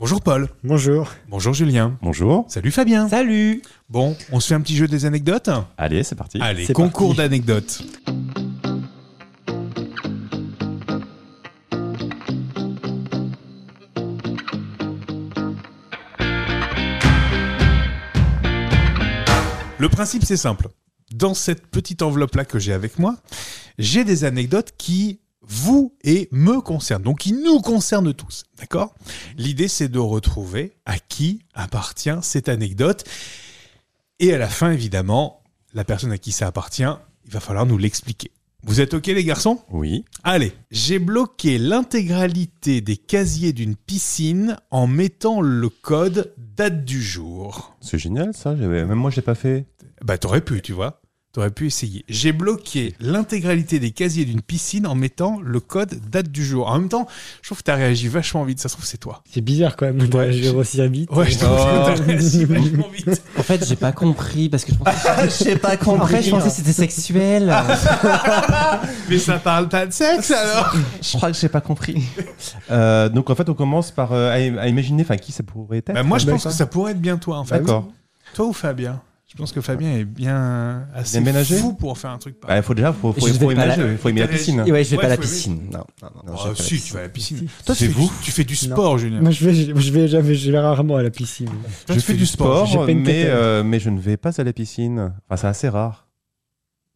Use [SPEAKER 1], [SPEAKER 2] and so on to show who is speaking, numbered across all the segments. [SPEAKER 1] Bonjour Paul.
[SPEAKER 2] Bonjour.
[SPEAKER 1] Bonjour Julien.
[SPEAKER 3] Bonjour.
[SPEAKER 1] Salut Fabien.
[SPEAKER 4] Salut
[SPEAKER 1] Bon, on se fait un petit jeu des anecdotes
[SPEAKER 3] Allez, c'est parti.
[SPEAKER 1] Allez,
[SPEAKER 2] C'est
[SPEAKER 1] concours
[SPEAKER 2] parti.
[SPEAKER 1] d'anecdotes. Le principe, c'est simple. Dans cette petite enveloppe-là que j'ai avec moi, j'ai des anecdotes qui vous et me concernent, donc qui nous concernent tous. D'accord L'idée, c'est de retrouver à qui appartient cette anecdote. Et à la fin, évidemment, la personne à qui ça appartient, il va falloir nous l'expliquer. Vous êtes OK, les garçons
[SPEAKER 3] Oui.
[SPEAKER 1] Allez, j'ai bloqué l'intégralité des casiers d'une piscine en mettant le code date du jour.
[SPEAKER 3] C'est génial ça. j'avais- Même moi, je l'ai pas fait.
[SPEAKER 1] Bah, t'aurais pu, tu vois. T'aurais pu essayer. J'ai bloqué l'intégralité des casiers d'une piscine en mettant le code date du jour. En même temps, je trouve que t'as réagi vachement vite. Ça se trouve, c'est toi.
[SPEAKER 2] C'est bizarre quand même de
[SPEAKER 1] Ouais,
[SPEAKER 2] réagir
[SPEAKER 1] je-
[SPEAKER 2] aussi vite.
[SPEAKER 1] Ouais, je trouve
[SPEAKER 4] Oh.
[SPEAKER 1] que t'as réagi vachement vite.
[SPEAKER 4] En fait, j'ai pas compris parce que je pensais,
[SPEAKER 2] J'ai pas
[SPEAKER 4] en fait, je pensais que c'était sexuel.
[SPEAKER 1] Mais ça parle pas de sexe, alors
[SPEAKER 4] je crois que j'ai pas compris.
[SPEAKER 3] Euh, donc en fait, on commence par euh, à, im- à imaginer, enfin, qui ça pourrait
[SPEAKER 5] Ah,
[SPEAKER 3] être.
[SPEAKER 1] bah, Moi, je
[SPEAKER 3] Bah,
[SPEAKER 1] pense que ça pourrait être bien toi, en
[SPEAKER 5] Bah
[SPEAKER 1] fait.
[SPEAKER 3] D'accord.
[SPEAKER 1] Toi ou Fabien Je pense que Fabien est bien assez
[SPEAKER 3] Bien ménagé
[SPEAKER 1] fou pour faire un truc
[SPEAKER 3] Bah, Il
[SPEAKER 1] pareil.
[SPEAKER 3] faut déjà, faut, faut,
[SPEAKER 4] Je
[SPEAKER 3] faut
[SPEAKER 4] vais pas
[SPEAKER 3] imaginer,
[SPEAKER 4] la-
[SPEAKER 3] faut aimer la piscine.
[SPEAKER 4] Et ouais, je vais
[SPEAKER 1] Ouais,
[SPEAKER 4] pas à la
[SPEAKER 1] faut aimer.
[SPEAKER 4] piscine. Non, non, non. non, je vais
[SPEAKER 1] Oh,
[SPEAKER 4] pas à la
[SPEAKER 1] si,
[SPEAKER 4] piscine.
[SPEAKER 1] tu vas à la piscine.
[SPEAKER 2] Si.
[SPEAKER 1] Toi, tu
[SPEAKER 3] C'est
[SPEAKER 1] fais,
[SPEAKER 3] vous
[SPEAKER 1] du, tu fais du
[SPEAKER 2] Non.
[SPEAKER 1] sport, Julien.
[SPEAKER 2] Moi, je vais, je vais jamais, je vais rarement à la piscine.
[SPEAKER 1] Toi,
[SPEAKER 3] je
[SPEAKER 1] tu
[SPEAKER 3] fais du sport,
[SPEAKER 2] j'ai pas une
[SPEAKER 3] mais,
[SPEAKER 2] tête à-
[SPEAKER 3] euh, mais je ne vais pas à la piscine. Enfin, c'est assez rare.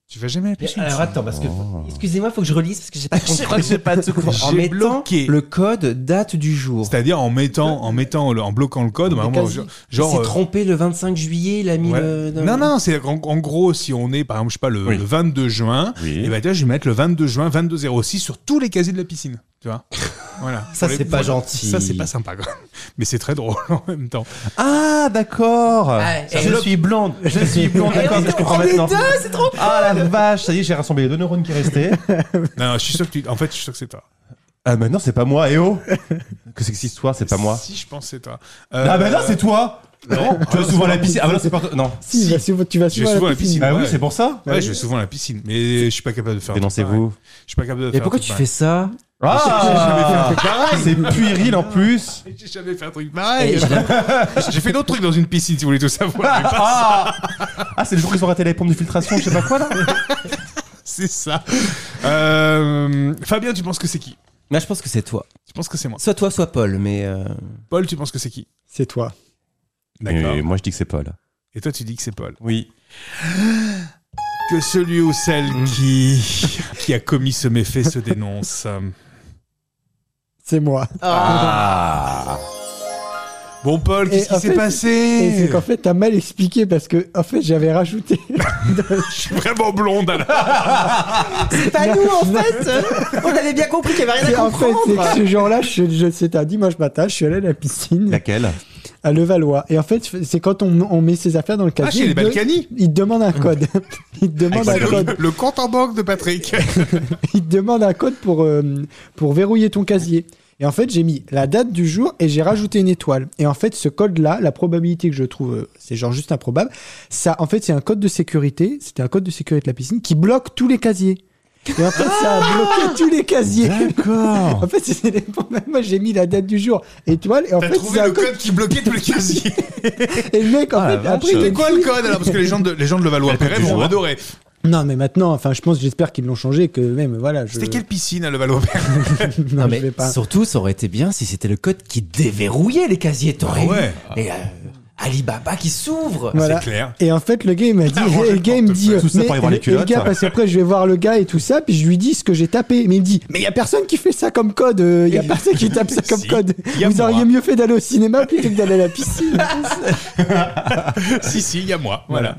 [SPEAKER 1] Tu vas jamais à la
[SPEAKER 4] Mais
[SPEAKER 1] piscine.
[SPEAKER 4] Alors
[SPEAKER 1] ça.
[SPEAKER 4] attends, parce que.
[SPEAKER 3] Oh.
[SPEAKER 4] Excusez-moi, faut que je relise parce que j'ai pas compris.
[SPEAKER 3] pas tout
[SPEAKER 4] En
[SPEAKER 1] J'ai
[SPEAKER 4] mettant
[SPEAKER 1] bloqué.
[SPEAKER 4] le code date du jour.
[SPEAKER 1] C'est-à-dire en mettant, en mettant, le- en bloquant le code, bah,
[SPEAKER 4] Les
[SPEAKER 1] moi,
[SPEAKER 4] casiers.
[SPEAKER 1] genre,
[SPEAKER 4] Il s'est
[SPEAKER 1] euh,
[SPEAKER 4] trompé le 25 juillet, il a mis
[SPEAKER 1] ouais.
[SPEAKER 4] euh, le.
[SPEAKER 1] non, non, c'est en, en gros, si on est, par exemple, je sais pas, le,
[SPEAKER 3] Oui.
[SPEAKER 1] le 22 juin,
[SPEAKER 3] Oui.
[SPEAKER 1] et ben, tu vois, je vais mettre le 22 juin 2206 sur tous les casiers de la piscine, tu vois. Voilà.
[SPEAKER 4] Ça,
[SPEAKER 1] Pour les-
[SPEAKER 4] c'est pas
[SPEAKER 1] pour-
[SPEAKER 4] gentil.
[SPEAKER 1] Ça, c'est pas sympa, quoi. mais c'est très drôle en même temps.
[SPEAKER 3] Ah, d'accord.
[SPEAKER 4] Ah,
[SPEAKER 3] je
[SPEAKER 4] et le-
[SPEAKER 3] suis blonde. Je suis blonde, d'accord, je comprends maintenant. Ah la vache, ça y est, j'ai rassemblé les deux neurones qui restaient.
[SPEAKER 1] Non, non, je suis sûr que tu, en fait, je suis sûr que c'est toi.
[SPEAKER 3] Ah, maintenant, c'est pas moi, eh oh. Que c'est que cette histoire, c'est pas moi.
[SPEAKER 1] Si, je pense que c'est toi. Euh,
[SPEAKER 3] Ah, bah
[SPEAKER 1] non
[SPEAKER 3] non, c'est toi.
[SPEAKER 1] Non.
[SPEAKER 3] Tu vas souvent à la piscine. Ah, bah non, c'est pas toi. Non.
[SPEAKER 2] Si,
[SPEAKER 1] Si.
[SPEAKER 2] vas souvent- tu vas
[SPEAKER 1] Je vais
[SPEAKER 2] souvent à
[SPEAKER 1] souvent à
[SPEAKER 2] la
[SPEAKER 1] la
[SPEAKER 2] piscine.
[SPEAKER 1] piscine.
[SPEAKER 3] Ah oui,
[SPEAKER 1] Ouais.
[SPEAKER 3] c'est pour ça.
[SPEAKER 1] Ouais, je vais souvent à la piscine, mais je suis pas capable de faire. un truc pareil.
[SPEAKER 3] Dénoncez-vous.
[SPEAKER 1] Je suis pas capable de faire.
[SPEAKER 4] Mais pourquoi
[SPEAKER 1] un
[SPEAKER 4] tu
[SPEAKER 1] truc
[SPEAKER 4] fais ça
[SPEAKER 3] Ah C'est puéril en plus.
[SPEAKER 1] pareil. J'ai jamais fait un truc pareil.
[SPEAKER 4] Et j'ai la-
[SPEAKER 1] J'ai fait d'autres trucs dans une piscine, si vous voulez tout savoir. mais pas-
[SPEAKER 3] Ah, Ah, c'est le jour qu'ils ont raté les pompes de filtration, je sais pas quoi là.
[SPEAKER 1] C'est ça. Euh, Fabien, tu penses que c'est qui
[SPEAKER 4] Moi, je pense que c'est toi.
[SPEAKER 1] Tu penses que c'est moi.
[SPEAKER 4] Soit toi, soit Paul, mais. euh,
[SPEAKER 1] Paul, tu penses que c'est qui
[SPEAKER 2] C'est toi.
[SPEAKER 1] D'accord.
[SPEAKER 5] euh,
[SPEAKER 3] moi je dis que c'est Paul.
[SPEAKER 1] Et toi, tu dis que c'est Paul.
[SPEAKER 3] Oui.
[SPEAKER 1] Que celui ou celle
[SPEAKER 3] Mm.
[SPEAKER 1] qui qui a commis ce méfait se dénonce.
[SPEAKER 2] C'est moi.
[SPEAKER 3] Ah.
[SPEAKER 1] Bon, Paul, qu'est-ce
[SPEAKER 2] Et
[SPEAKER 1] qui
[SPEAKER 2] en
[SPEAKER 1] s'est
[SPEAKER 2] fait, Et
[SPEAKER 1] passé
[SPEAKER 2] c'est qu'en fait, t'as mal expliqué parce que, en fait, j'avais rajouté.
[SPEAKER 1] Je suis vraiment blonde. alors.
[SPEAKER 4] C'est pas nous en fait On avait bien compris qu'il y avait
[SPEAKER 2] C'est- en fait, c'est que ce jour-là, je, je, c'est un dimanche matin, je suis allé à la piscine
[SPEAKER 3] Laquelle
[SPEAKER 2] à Levallois. Et en fait, c'est quand on, on met ses affaires dans le
[SPEAKER 1] Ah,
[SPEAKER 2] casier.
[SPEAKER 1] chez les
[SPEAKER 2] il de-
[SPEAKER 1] Balkany.
[SPEAKER 2] Il te demande un code. Il te demande un
[SPEAKER 1] Le,
[SPEAKER 2] code.
[SPEAKER 1] le compte en banque de Patrick.
[SPEAKER 2] Il te demande un code pour, euh, pour verrouiller ton casier. Et en fait, j'ai mis la date du jour et j'ai rajouté une étoile. Et en fait, ce code-là, la probabilité que je trouve, euh, c'est genre juste improbable. Ça, en fait, c'est un code de sécurité. C'était un code de sécurité de la piscine qui bloque tous les casiers. Et en fait, ça a bloqué tous les casiers.
[SPEAKER 3] D'accord.
[SPEAKER 2] En fait, c'est des- moi j'ai mis la date du jour, étoile, et en
[SPEAKER 1] T'as
[SPEAKER 2] fait, c'est
[SPEAKER 1] trouvé
[SPEAKER 2] un
[SPEAKER 1] le
[SPEAKER 2] code.
[SPEAKER 1] code qui bloquait tous les casiers.
[SPEAKER 2] Et le mec, en
[SPEAKER 3] Ah, la
[SPEAKER 2] fait,
[SPEAKER 3] vache.
[SPEAKER 2] après, il
[SPEAKER 1] C'est
[SPEAKER 2] me
[SPEAKER 1] quoi
[SPEAKER 2] dit-
[SPEAKER 1] le code alors Parce que les gens de, les gens de Levallois-Perret
[SPEAKER 3] Du
[SPEAKER 1] vont
[SPEAKER 3] jour.
[SPEAKER 1] adorer.
[SPEAKER 2] Non, mais maintenant, enfin, je pense, j'espère qu'ils l'ont changé, que même, voilà. Je...
[SPEAKER 1] C'était quelle piscine à Levallois-Perret
[SPEAKER 4] Non,
[SPEAKER 2] Non, je
[SPEAKER 4] mais
[SPEAKER 2] vais pas.
[SPEAKER 4] surtout, ça aurait été bien si c'était le code qui déverrouillait les casiers. T'aurais
[SPEAKER 1] Ah ouais.
[SPEAKER 4] eu- Et euh, Alibaba qui s'ouvre.
[SPEAKER 2] Voilà.
[SPEAKER 1] C'est clair.
[SPEAKER 2] Et en fait, le gars, il m'a dit,
[SPEAKER 1] Arrangez
[SPEAKER 2] et
[SPEAKER 1] le
[SPEAKER 2] le gars, il me dit,
[SPEAKER 1] portefeuille.
[SPEAKER 2] euh,
[SPEAKER 3] Tout ça
[SPEAKER 2] mais-
[SPEAKER 3] pour aller voir les
[SPEAKER 2] et le gars,
[SPEAKER 3] culottes.
[SPEAKER 2] parce qu'après, je vais voir le gars et tout ça, puis je lui dis ce que j'ai tapé. Mais il me dit, mais il y a personne qui fait ça comme code, euh, il y a personne qui tape ça comme
[SPEAKER 1] Si,
[SPEAKER 2] code.
[SPEAKER 1] y a
[SPEAKER 2] Vous
[SPEAKER 1] moi.
[SPEAKER 2] auriez mieux fait d'aller au cinéma plutôt que d'aller à la piscine.
[SPEAKER 1] si, si, il y a moi. Voilà.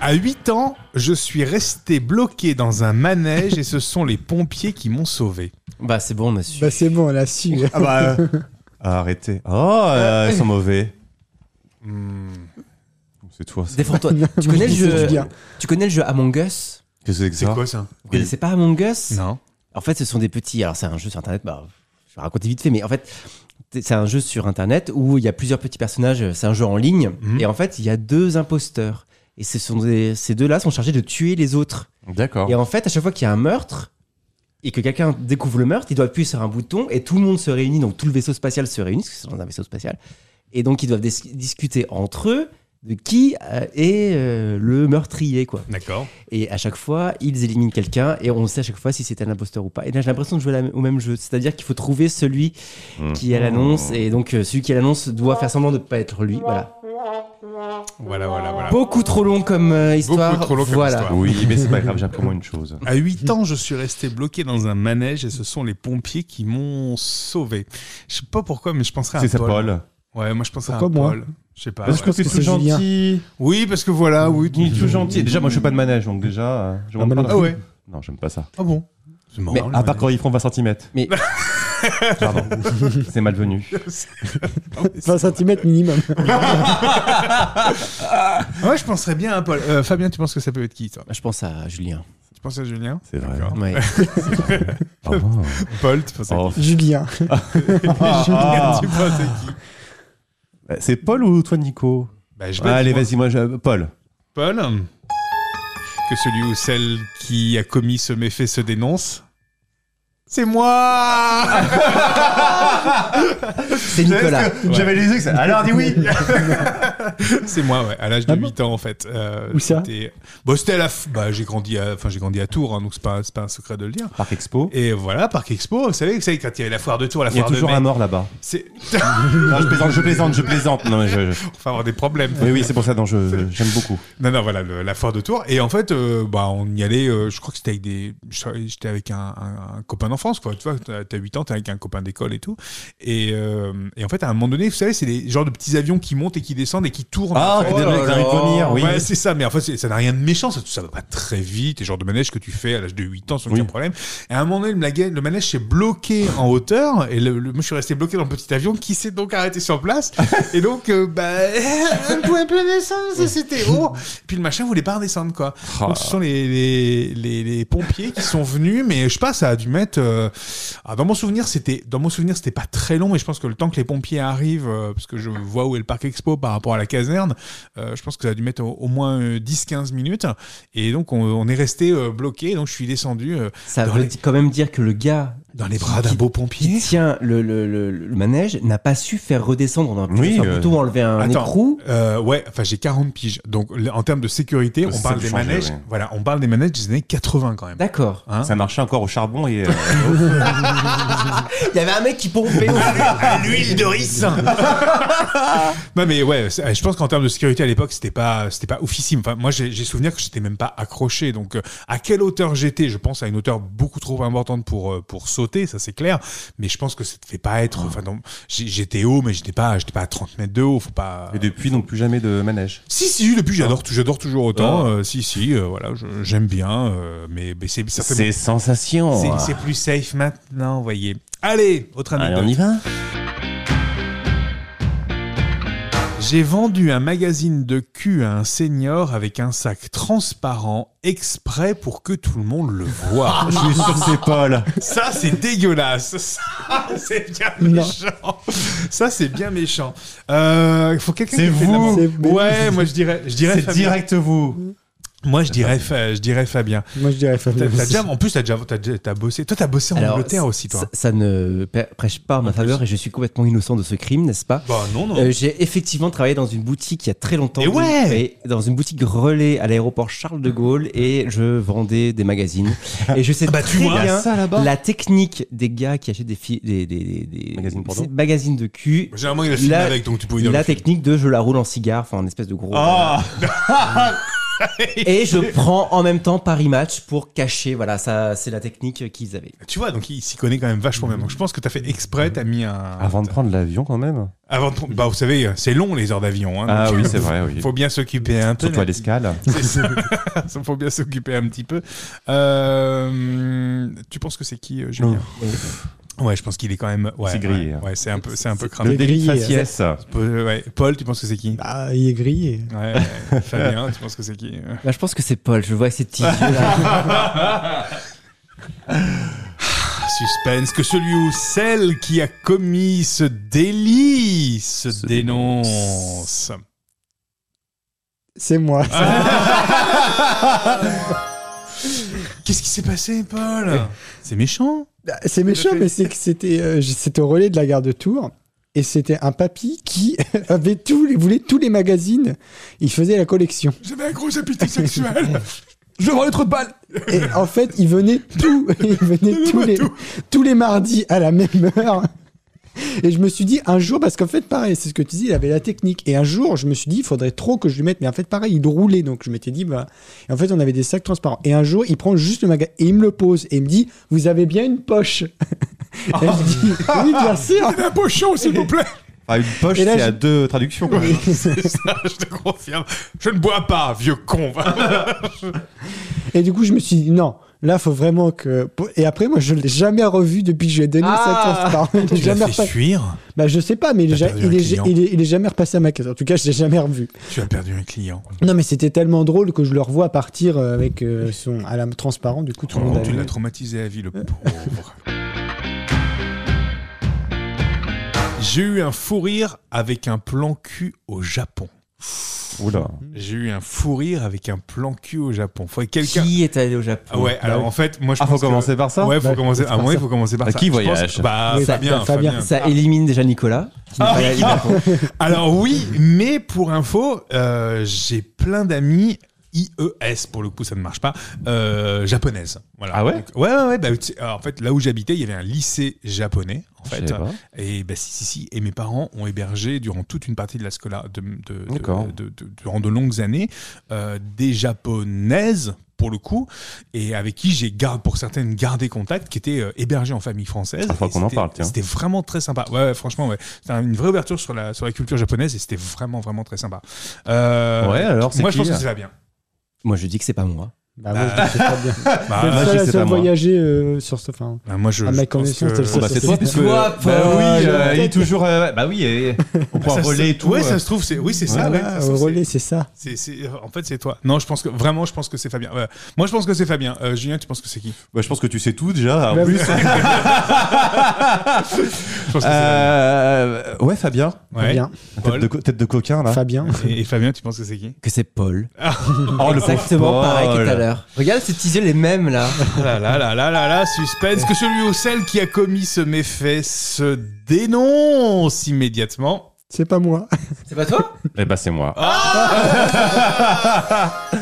[SPEAKER 1] À 8 ans, je suis resté bloqué dans un manège et ce sont les pompiers qui m'ont sauvé.
[SPEAKER 4] Bah, c'est bon, on a su.
[SPEAKER 2] bah, c'est bon, là, si.
[SPEAKER 3] Ah bah. euh, Arrêtez. Oh, euh, ils sont mauvais.
[SPEAKER 1] Hmm.
[SPEAKER 3] C'est toi ça.
[SPEAKER 4] Défends-toi. tu, connais le
[SPEAKER 2] Je
[SPEAKER 4] jeu...
[SPEAKER 2] Bah, dis rien.
[SPEAKER 4] tu connais le jeu Among Us
[SPEAKER 3] Qu'est-ce que c'est que ça
[SPEAKER 1] ça
[SPEAKER 4] Vous connaissez pas Among Us
[SPEAKER 1] Ah. Non.
[SPEAKER 4] En fait, ce sont des petits. Alors, c'est un jeu sur Internet. Bah, je vais raconter vite fait, mais en fait, c'est un jeu sur Internet où il y a plusieurs petits personnages. C'est un jeu en ligne.
[SPEAKER 1] Mhm.
[SPEAKER 4] Et en fait, il y a deux imposteurs. Et ce sont des- ces deux-là sont chargés de tuer les autres.
[SPEAKER 3] D'accord.
[SPEAKER 4] Et en fait, à chaque fois qu'il y a un meurtre, et que quelqu'un découvre le meurtre, il doit appuyer sur un bouton et tout le monde se réunit, donc tout le vaisseau spatial se réunit, parce que c'est dans un vaisseau spatial, et donc ils doivent dis- discuter entre eux de qui euh, est euh, le meurtrier, quoi.
[SPEAKER 1] D'accord.
[SPEAKER 4] Et à chaque fois, ils éliminent quelqu'un et on sait à chaque fois si c'est un imposteur ou pas. Et là, j'ai l'impression de jouer la- au même jeu. C'est-à-dire qu'il faut trouver celui
[SPEAKER 5] Hmm.
[SPEAKER 4] qui est à l'annonce et donc euh, celui qui est à l'annonce doit faire semblant de ne pas être lui. Voilà.
[SPEAKER 1] Voilà, voilà, voilà.
[SPEAKER 4] Beaucoup trop long comme euh, histoire.
[SPEAKER 1] trop long comme
[SPEAKER 4] voilà.
[SPEAKER 1] histoire.
[SPEAKER 5] Ah Oui, mais c'est pas grave, j'ai appris au moins une chose.
[SPEAKER 1] À 8 ans, je suis resté bloqué dans un manège et ce sont les pompiers qui m'ont sauvé. Je sais pas pourquoi, mais je
[SPEAKER 3] Ah,
[SPEAKER 1] penserais à
[SPEAKER 5] C'est
[SPEAKER 1] un
[SPEAKER 5] ça,
[SPEAKER 1] Paul.
[SPEAKER 5] Paul.
[SPEAKER 1] Ouais, moi je penserais à un
[SPEAKER 2] Pourquoi moi
[SPEAKER 1] Paul. Je sais pas.
[SPEAKER 5] Parce
[SPEAKER 1] ouais.
[SPEAKER 5] que t'es
[SPEAKER 2] Parce
[SPEAKER 5] tout
[SPEAKER 2] que c'est Julien.
[SPEAKER 5] gentil.
[SPEAKER 1] Oui, parce que voilà, oui.
[SPEAKER 5] Il est tout gentil. Déjà, moi, je suis pas de manège, donc déjà. euh, je rentre
[SPEAKER 2] mais
[SPEAKER 5] pas
[SPEAKER 2] non.
[SPEAKER 5] dans-
[SPEAKER 1] Ah ouais.
[SPEAKER 5] Non, j'aime pas ça.
[SPEAKER 1] Ah bon C'est marrant,
[SPEAKER 4] Mais
[SPEAKER 1] le
[SPEAKER 5] À part
[SPEAKER 1] manège.
[SPEAKER 5] quand ils font 20 cm.
[SPEAKER 4] Mais-
[SPEAKER 5] Pardon. C'est malvenu.
[SPEAKER 2] 20 cm minimum.
[SPEAKER 1] Ah Ouais, je penserais bien à Paul. Euh, Fabien, tu penses que ça peut être qui, toi
[SPEAKER 4] Ah, Je pense à Julien.
[SPEAKER 1] Tu penses à Julien
[SPEAKER 5] C'est vrai.
[SPEAKER 1] D'accord.
[SPEAKER 4] Ouais.
[SPEAKER 5] Ah, bon.
[SPEAKER 1] Paul, tu penses à qui
[SPEAKER 5] Oh.
[SPEAKER 2] Julien.
[SPEAKER 1] Julien, tu penses à qui
[SPEAKER 5] Euh, C'est Paul ou toi, Nico
[SPEAKER 1] Bah, je
[SPEAKER 5] Allez,
[SPEAKER 1] moi.
[SPEAKER 5] vas-y, moi, je... Paul.
[SPEAKER 1] Paul. Que celui ou celle qui a commis ce méfait se dénonce. C'est moi
[SPEAKER 4] C'est Nicolas.
[SPEAKER 1] J'avais
[SPEAKER 5] les yeux. Alors, dis oui.
[SPEAKER 1] C'est moi, ouais, à l'âge de
[SPEAKER 2] Ah bon
[SPEAKER 1] 8 ans en fait. Euh,
[SPEAKER 2] Où ça
[SPEAKER 1] j'étais- Bon, c'était à la. f- Bah, j'ai grandi, à... enfin, j'ai grandi à Tours, hein, donc c'est pas, c'est pas un secret de le dire.
[SPEAKER 5] Parc Expo.
[SPEAKER 1] Et voilà, Parc Expo, vous savez, vous savez, quand il y avait la foire de Tours, la
[SPEAKER 5] Il y a
[SPEAKER 1] foire de
[SPEAKER 5] toujours
[SPEAKER 1] mai,
[SPEAKER 5] un mort là-bas.
[SPEAKER 1] c'est-
[SPEAKER 5] Non, je plaisante, je plaisante, je plaisante. Non, mais je, je-
[SPEAKER 1] on va avoir des problèmes.
[SPEAKER 5] Oui, oui, c'est pour ça dont je j'aime beaucoup.
[SPEAKER 1] Non, non, voilà, le- la foire de Tours. Et en fait, euh, bah, on y allait, euh, je crois que c'était avec des. je- J'étais avec un, un- un copain d'enfance, quoi. Tu vois, t'as t'as 8 ans, t'es avec un copain d'école et tout. Et, euh, et en fait, à un moment donné, vous savez, c'est des genres de petits avions qui montent et qui descendent et qui tournent. en fait.
[SPEAKER 5] t'es déjà avec la rue de vomir, oui.
[SPEAKER 1] Ouais, c'est ça, mais en fait, c'est- ça n'a rien de méchant, ça, ça va pas très vite, et genre de manège que tu fais à l'âge de 8 ans sans aucun
[SPEAKER 5] Oui.
[SPEAKER 1] problème. Et à un moment donné, le, maga- le manège s'est bloqué en hauteur, et le, le- moi je suis resté bloqué dans le petit avion qui s'est donc arrêté sur place, et donc, euh, bah, on pouvait plus descendre, ça, c'était haut. Puis le machin voulait pas redescendre, quoi.
[SPEAKER 4] Ah.
[SPEAKER 1] Donc, ce sont les, les, les, les pompiers qui sont venus, mais je sais pas, ça a dû mettre. euh, ah, dans mon souvenir, c'était dans mon souvenir, c'était pas très long, mais je pense que le temps que les pompiers arrivent, euh, parce que je vois où est le parc expo par rapport à la caserne, euh, je pense que ça a dû mettre au, au moins euh, 10-15 minutes. Et donc on, on est resté euh, bloqué, donc je suis descendu euh,
[SPEAKER 4] Ça
[SPEAKER 1] Dans
[SPEAKER 4] veut
[SPEAKER 1] les-
[SPEAKER 4] di- quand même dire que le gars
[SPEAKER 1] dans les bras d'un beau pompier.
[SPEAKER 4] qui tient le, le- le- le manège n'a pas su faire redescendre dans un
[SPEAKER 5] Oui,
[SPEAKER 4] sur un
[SPEAKER 5] euh,
[SPEAKER 4] bouton, enlever un
[SPEAKER 1] Attends.
[SPEAKER 4] écrou.
[SPEAKER 1] Euh, ouais, enfin j'ai 40 piges. Donc l- en termes de sécurité,
[SPEAKER 5] Ça,
[SPEAKER 1] on
[SPEAKER 5] ça
[SPEAKER 1] parle
[SPEAKER 5] peut
[SPEAKER 1] des
[SPEAKER 5] changer,
[SPEAKER 1] manèges.
[SPEAKER 5] ouais.
[SPEAKER 1] Voilà, on parle des manèges des années 80 quand même.
[SPEAKER 4] D'accord.
[SPEAKER 1] Hein
[SPEAKER 5] Ça marchait encore au charbon et. euh,
[SPEAKER 4] Il y avait un mec qui pompait.
[SPEAKER 1] À l'huile de riz Non mais ouais, c'est- je pense qu'en termes de sécurité à l'époque, c'était pas c'était pas oufissime. Enfin, moi j'ai j'ai souvenir que j'étais même pas accroché. Donc euh, à quelle hauteur j'étais, je pense à une hauteur beaucoup trop importante pour euh, pour sauter, ça c'est clair, mais je pense que ça devait pas être enfin non, j'ai- j'étais haut mais j'étais pas j'étais pas à 30 mètres de haut, faut pas
[SPEAKER 5] Et depuis, donc plus jamais de manège.
[SPEAKER 1] Si si, depuis j'adore tout- j'adore toujours autant.
[SPEAKER 5] Ah.
[SPEAKER 1] Euh, si si, euh, voilà, je- j'aime bien euh, mais, mais c'est certainement-
[SPEAKER 5] C'est sensation.
[SPEAKER 1] c'est- c'est plus safe maintenant, vous voyez. Allez, autre
[SPEAKER 5] Oh. Allez,
[SPEAKER 1] anecdote.
[SPEAKER 5] on y va
[SPEAKER 1] J'ai vendu un magazine de cul à un senior avec un sac transparent exprès pour que tout le monde le voie.
[SPEAKER 5] Je suis sûr que c'est Paul.
[SPEAKER 1] Ça, c'est dégueulasse. Ça, c'est bien
[SPEAKER 2] Non.
[SPEAKER 1] méchant. Ça, c'est bien méchant. Euh, faut quelqu'un
[SPEAKER 5] C'est
[SPEAKER 1] qui fait de la-
[SPEAKER 5] vous.
[SPEAKER 2] C'est- mais-
[SPEAKER 1] Ouais, moi je dirais, je dirais
[SPEAKER 5] C'est
[SPEAKER 1] Fabien.
[SPEAKER 5] direct vous.
[SPEAKER 1] Moi je dirais, Fa- je dirais Fabien.
[SPEAKER 2] Moi, je dirais
[SPEAKER 1] T'as-
[SPEAKER 2] Fabien.
[SPEAKER 1] t'as déjà- en plus, t'as déjà, t'as déjà- t'as bossé. Toi, t'as bossé en Angleterre aussi, toi.
[SPEAKER 4] Ça, ça ne pê- prêche pas en ma faveur et je suis complètement innocent de ce crime, n'est-ce pas
[SPEAKER 1] Bah non, non.
[SPEAKER 4] Euh, J'ai effectivement travaillé dans une boutique il y a très longtemps.
[SPEAKER 1] Et ouais
[SPEAKER 4] Et Dans une boutique relais à l'aéroport Charles de Gaulle et je vendais des magazines. Et je sais
[SPEAKER 1] Ah bah, tu
[SPEAKER 4] très
[SPEAKER 1] vois.
[SPEAKER 4] bien
[SPEAKER 5] ça là-bas.
[SPEAKER 4] la technique des gars qui achètent des, filles des, des, des- des-
[SPEAKER 5] Magazines porno
[SPEAKER 4] des magazines de cul.
[SPEAKER 1] Généralement, il a filmé
[SPEAKER 4] la-
[SPEAKER 1] avec, donc tu pouvais dire.
[SPEAKER 4] La technique de je la roule en cigare, enfin en espèce de
[SPEAKER 1] Oh,
[SPEAKER 4] gros.
[SPEAKER 5] Ah
[SPEAKER 4] Et je prends en même temps Paris Match pour cacher. Voilà, ça c'est la technique qu'ils avaient.
[SPEAKER 1] Tu vois, donc il s'y connaît quand même vachement bien. Donc je pense que t'as fait exprès, t'as mis un.
[SPEAKER 5] Avant de prendre l'avion quand même.
[SPEAKER 1] Avant de prendre- bah vous savez, c'est long les heures d'avion. Hein,
[SPEAKER 5] Ah
[SPEAKER 1] donc,
[SPEAKER 5] oui, c'est vrai, oui.
[SPEAKER 1] Faut bien s'occuper un peu.
[SPEAKER 5] Surtout à l'escale.
[SPEAKER 1] C'est ça. Faut bien s'occuper un petit peu. Euh, tu penses que c'est qui, euh, Julien Ouais, je pense qu'il est quand même. Ouais,
[SPEAKER 5] C'est grillé,
[SPEAKER 1] ouais.
[SPEAKER 5] hein.
[SPEAKER 1] Ouais, c'est un peu, c'est un peu
[SPEAKER 5] Le Bah.
[SPEAKER 1] cramé.
[SPEAKER 5] délit de
[SPEAKER 2] grillé,
[SPEAKER 5] faciès.
[SPEAKER 1] Paul, ouais. Paul, tu penses que c'est qui
[SPEAKER 2] Ah, il est grillé.
[SPEAKER 1] Ouais, ouais. Fabien, tu penses que c'est qui
[SPEAKER 4] Bah, je pense que c'est Paul. Je vois que ses petits yeux là.
[SPEAKER 1] Ah, Suspense que celui ou celle qui a commis ce délit se dénonce.
[SPEAKER 2] C'est moi.
[SPEAKER 1] Qu'est-ce qui s'est passé, Paul C'est méchant.
[SPEAKER 2] Bah, C'est méchant, mais c'est que c'était euh, j- c'était au relais de la gare de Tours. Et c'était un papy qui avait tous les, voulait tous les magazines. Il faisait la collection.
[SPEAKER 1] J'avais un gros appétit sexuel. Je vends le trou de balle.
[SPEAKER 2] Et en fait, il venait tout, il venait tous les, tous les mardis à la même heure. Et je me suis dit un jour, parce qu'en fait, pareil, c'est ce que tu dis, il avait la technique. Et un jour, je me suis dit, il faudrait trop que je lui mette. Mais en fait, pareil, il roulait. Donc je m'étais dit, bah. Et en fait, on avait des sacs transparents. Et un jour, il prend juste le magasin et il me le pose. Et il me dit, vous avez bien une poche. Et je dis, oui, bien sûr.
[SPEAKER 1] Un pochon, s'il vous plaît.
[SPEAKER 5] Ah, une poche,
[SPEAKER 2] Et là,
[SPEAKER 5] c'est
[SPEAKER 2] je-
[SPEAKER 5] à deux traductions. quoi.
[SPEAKER 1] C'est ça, je te confirme. Je ne bois pas, vieux con.
[SPEAKER 2] Et du coup, je me suis dit, non. Là, faut vraiment que. Et après, moi, je l'ai jamais revu depuis que je lui ai donné le
[SPEAKER 4] Ah.
[SPEAKER 2] sac transparent. Je l'ai jamais repas-
[SPEAKER 1] fuir.
[SPEAKER 2] Bah, je sais pas, mais il est,
[SPEAKER 1] T'as
[SPEAKER 2] ja-
[SPEAKER 1] perdu
[SPEAKER 2] il
[SPEAKER 1] un
[SPEAKER 2] est ja-
[SPEAKER 1] client.
[SPEAKER 2] il est- il est jamais repassé à ma caisse. En tout cas, je l'ai jamais revu.
[SPEAKER 1] Tu as perdu un client.
[SPEAKER 2] Non, mais c'était tellement drôle que je le revois partir euh, avec euh, son à lame transparent. Du coup, tout le monde a
[SPEAKER 1] Oh, tu
[SPEAKER 2] vu.
[SPEAKER 1] l'as traumatisé à vie, le pauvre. J'ai eu un fou rire avec un plan cul au Japon.
[SPEAKER 5] Oula.
[SPEAKER 1] J'ai eu un fou rire avec un plan cul au Japon. Faut que quelqu'un.
[SPEAKER 4] Qui est allé au
[SPEAKER 1] Ah
[SPEAKER 4] Japon
[SPEAKER 1] Ouais, alors en fait, moi je
[SPEAKER 5] Ah,
[SPEAKER 1] pense
[SPEAKER 5] faut
[SPEAKER 1] que-
[SPEAKER 5] commencer par ça
[SPEAKER 1] Ouais, faut
[SPEAKER 2] Bah,
[SPEAKER 1] commencer.
[SPEAKER 2] faut
[SPEAKER 1] À
[SPEAKER 2] faire
[SPEAKER 1] moi, il
[SPEAKER 2] ça.
[SPEAKER 1] faut commencer par
[SPEAKER 5] À
[SPEAKER 1] ça.
[SPEAKER 5] qui
[SPEAKER 1] Je pense-
[SPEAKER 5] voyage
[SPEAKER 1] Bah,
[SPEAKER 2] Oui,
[SPEAKER 1] Fabien,
[SPEAKER 2] Fabien.
[SPEAKER 1] Fabien.
[SPEAKER 4] Ça élimine déjà Nicolas. qui n'est
[SPEAKER 5] Ah
[SPEAKER 4] pas allé au Japon.
[SPEAKER 1] Alors oui, mais pour info, euh, j'ai plein d'amis IES pour le coup, ça ne marche pas, euh, japonaise. Voilà.
[SPEAKER 5] Ah ouais
[SPEAKER 1] Donc, Ouais, ouais, ouais, bah, tu sais, alors, en fait, là où j'habitais, il y avait un lycée japonais, en
[SPEAKER 5] Je
[SPEAKER 1] fait.
[SPEAKER 5] savais pas.
[SPEAKER 1] Et bah, si, si, si. Et mes parents ont hébergé durant toute une partie de la scola, de, de- de-
[SPEAKER 5] D'accord.
[SPEAKER 1] de- de- durant de longues années, euh, des japonaises pour le coup, et avec qui j'ai gar- pour certaines gardé contact, qui étaient euh, hébergées en famille française.
[SPEAKER 5] Ah, faut
[SPEAKER 1] Et
[SPEAKER 5] qu'on en
[SPEAKER 1] c'était-
[SPEAKER 5] parle, tiens.
[SPEAKER 1] C'était vraiment très sympa. Ouais, ouais, franchement, ouais. C'était une vraie ouverture sur la, sur la culture japonaise et c'était vraiment, vraiment très sympa. Euh,
[SPEAKER 5] Ouais, alors, c'est
[SPEAKER 1] Moi, je
[SPEAKER 5] qui,
[SPEAKER 1] pense que
[SPEAKER 5] là
[SPEAKER 1] c'est Fabien.
[SPEAKER 4] Moi, je dis que c'est pas moi.
[SPEAKER 2] Bah, moi, je le sais pas bien.
[SPEAKER 1] Bah,
[SPEAKER 2] C'est
[SPEAKER 5] bah,
[SPEAKER 2] le
[SPEAKER 5] je
[SPEAKER 2] seul à
[SPEAKER 5] sais
[SPEAKER 2] savoir
[SPEAKER 5] pas, moi.
[SPEAKER 2] voyager euh, sur ce. Enfin,
[SPEAKER 1] bah, moi, je. je
[SPEAKER 2] à ma
[SPEAKER 1] pense
[SPEAKER 2] connaissance,
[SPEAKER 1] que-
[SPEAKER 2] c'est le seul.
[SPEAKER 5] Bah,
[SPEAKER 2] Ça,
[SPEAKER 5] c'est
[SPEAKER 2] c'est
[SPEAKER 5] toi,
[SPEAKER 2] toi,
[SPEAKER 5] puisque.
[SPEAKER 4] Paul.
[SPEAKER 5] Bah oui, euh,
[SPEAKER 2] Paul.
[SPEAKER 5] il est toujours. euh, Bah oui, euh, on prend
[SPEAKER 1] hein. Ça
[SPEAKER 5] un
[SPEAKER 1] se-
[SPEAKER 5] relais et tout.
[SPEAKER 1] Ouais,
[SPEAKER 5] euh.
[SPEAKER 1] ça se trouve, c'est. Oui, c'est ça. ouais, Ah, ça
[SPEAKER 2] Voilà,
[SPEAKER 1] se
[SPEAKER 2] au
[SPEAKER 1] trouve, c'est-
[SPEAKER 2] relais, c'est ça.
[SPEAKER 1] C'est- c'est- en fait, c'est toi. Non, je pense que vraiment, je pense que c'est Fabien. Euh, moi, je pense que c'est Fabien. Euh, Julien, tu penses que c'est qui
[SPEAKER 5] Bah, je pense que tu sais tout
[SPEAKER 1] Ah
[SPEAKER 5] déjà. en
[SPEAKER 2] Bah,
[SPEAKER 5] plus.
[SPEAKER 2] oui.
[SPEAKER 1] Je pense que c'est
[SPEAKER 5] Euh, ouais, Fabien.
[SPEAKER 1] Fabien. Ouais.
[SPEAKER 2] Fabien.
[SPEAKER 1] Paul.
[SPEAKER 5] Tête de, co- tête de coquin, là.
[SPEAKER 2] Fabien.
[SPEAKER 1] Et, et Fabien, tu penses que c'est qui
[SPEAKER 4] Que c'est Paul.
[SPEAKER 5] Oh, le pauvre
[SPEAKER 4] Exactement
[SPEAKER 5] Paul.
[SPEAKER 4] pareil que tout à l'heure. Regarde, c'est teaser les mêmes là.
[SPEAKER 1] Ah Là, là, là, là, là, là, suspense. Que celui ou celle qui a commis ce méfait se dénonce immédiatement.
[SPEAKER 2] C'est pas moi.
[SPEAKER 4] C'est pas toi
[SPEAKER 5] Eh bah, c'est moi.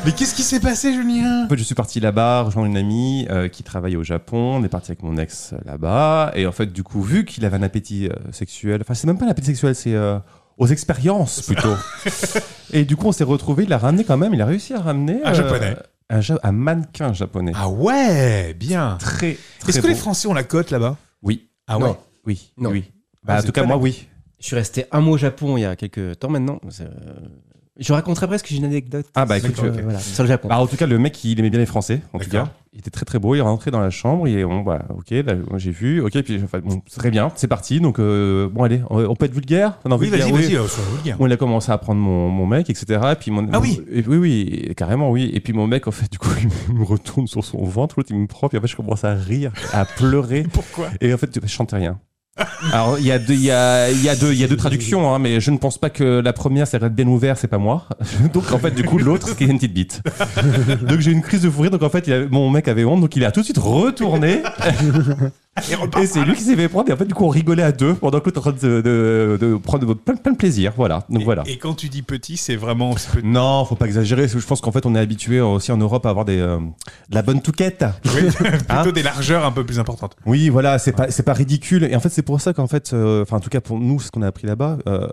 [SPEAKER 1] Mais qu'est-ce qui s'est passé, Julien
[SPEAKER 5] En fait, je suis parti là-bas, rejoindre une amie euh, qui travaille au Japon. On est parti avec mon ex euh, là-bas. Et en fait, du coup, vu qu'il avait un appétit euh, sexuel, enfin, c'est même pas un appétit sexuel, c'est euh, aux expériences plutôt. et du coup, on s'est retrouvés. Il a ramené quand même, il a réussi à ramener. euh,
[SPEAKER 1] Un Japonais.
[SPEAKER 5] Un, Ja- un mannequin japonais.
[SPEAKER 1] Ah ouais, bien.
[SPEAKER 5] Très, très.
[SPEAKER 1] Est-ce que
[SPEAKER 5] beau.
[SPEAKER 1] les Français ont la cote là-bas
[SPEAKER 5] Oui.
[SPEAKER 1] Ah
[SPEAKER 4] Non.
[SPEAKER 1] ouais.
[SPEAKER 5] Oui.
[SPEAKER 4] Non.
[SPEAKER 5] Oui. Bah,
[SPEAKER 1] Ah,
[SPEAKER 5] en
[SPEAKER 1] c'est
[SPEAKER 5] tout cas,
[SPEAKER 1] pas
[SPEAKER 5] moi, oui.
[SPEAKER 4] Je suis resté un mois au Japon il y a quelques temps maintenant. C'est, euh, Je raconterai presque j'ai une anecdote.
[SPEAKER 5] Ah, bah, écoute,
[SPEAKER 4] sur,
[SPEAKER 5] ok.
[SPEAKER 4] voilà, sur le Japon.
[SPEAKER 5] Bah, en tout cas, le mec, il aimait bien les Français. En tout
[SPEAKER 1] D'accord.
[SPEAKER 5] cas, il était très très beau. Il est rentré dans la chambre. Il est bon, bah, ok, là, moi, j'ai vu. Ok, puis enfin, bon, c'est très bien, c'est parti. Donc euh, bon, allez, on, on peut être vulgaire. Non,
[SPEAKER 1] Oui,
[SPEAKER 5] vulgaire,
[SPEAKER 1] vas-y,
[SPEAKER 5] oui.
[SPEAKER 1] vas-y, euh, sois vulgaire.
[SPEAKER 5] Bon, il a commencé à prendre mon, mon mec, etc. Et puis mon,
[SPEAKER 1] Ah oui.
[SPEAKER 5] et- Oui, oui, carrément, oui. Et puis mon mec, en fait, du coup, il me retourne sur son ventre, l'autre, il me prend, puis en fait, je commence à rire, à pleurer.
[SPEAKER 1] Pourquoi
[SPEAKER 5] Et en fait, je chantais rien. Alors, il y, a deux- il y, a, il y, a deux- il y a deux traductions, hein, mais je ne pense pas que la première, c'est Red bien ouvert, c'est pas moi. Donc, en fait, du coup, l'autre, c'est une petite bite. Donc, j'ai eu une crise de fou rire. Donc, en fait, il avait- mon mec avait honte, donc il a tout de suite retourné.
[SPEAKER 1] Et repars.
[SPEAKER 5] Et c'est lui qui s'est fait prendre. Et en fait, du coup, on rigolait à deux pendant que l'autre est en train de, de- de prendre plein, plein de plaisir. Voilà. Donc,
[SPEAKER 1] Et-
[SPEAKER 5] voilà.
[SPEAKER 1] Et quand tu dis petit, c'est vraiment. c'est petit.
[SPEAKER 5] Non, faut pas exagérer. parce que Je pense qu'en fait, on est habitué aussi en Europe à avoir des, euh, de la bonne touquette.
[SPEAKER 1] Oui, plutôt
[SPEAKER 5] Hein
[SPEAKER 1] des largeurs un peu plus importantes.
[SPEAKER 5] Oui, voilà, c'est pas, c'est pas ridicule. Et en fait, c'est pour ça qu'en fait, euh, enfin, en tout cas, pour nous, ce qu'on a appris là-bas, euh,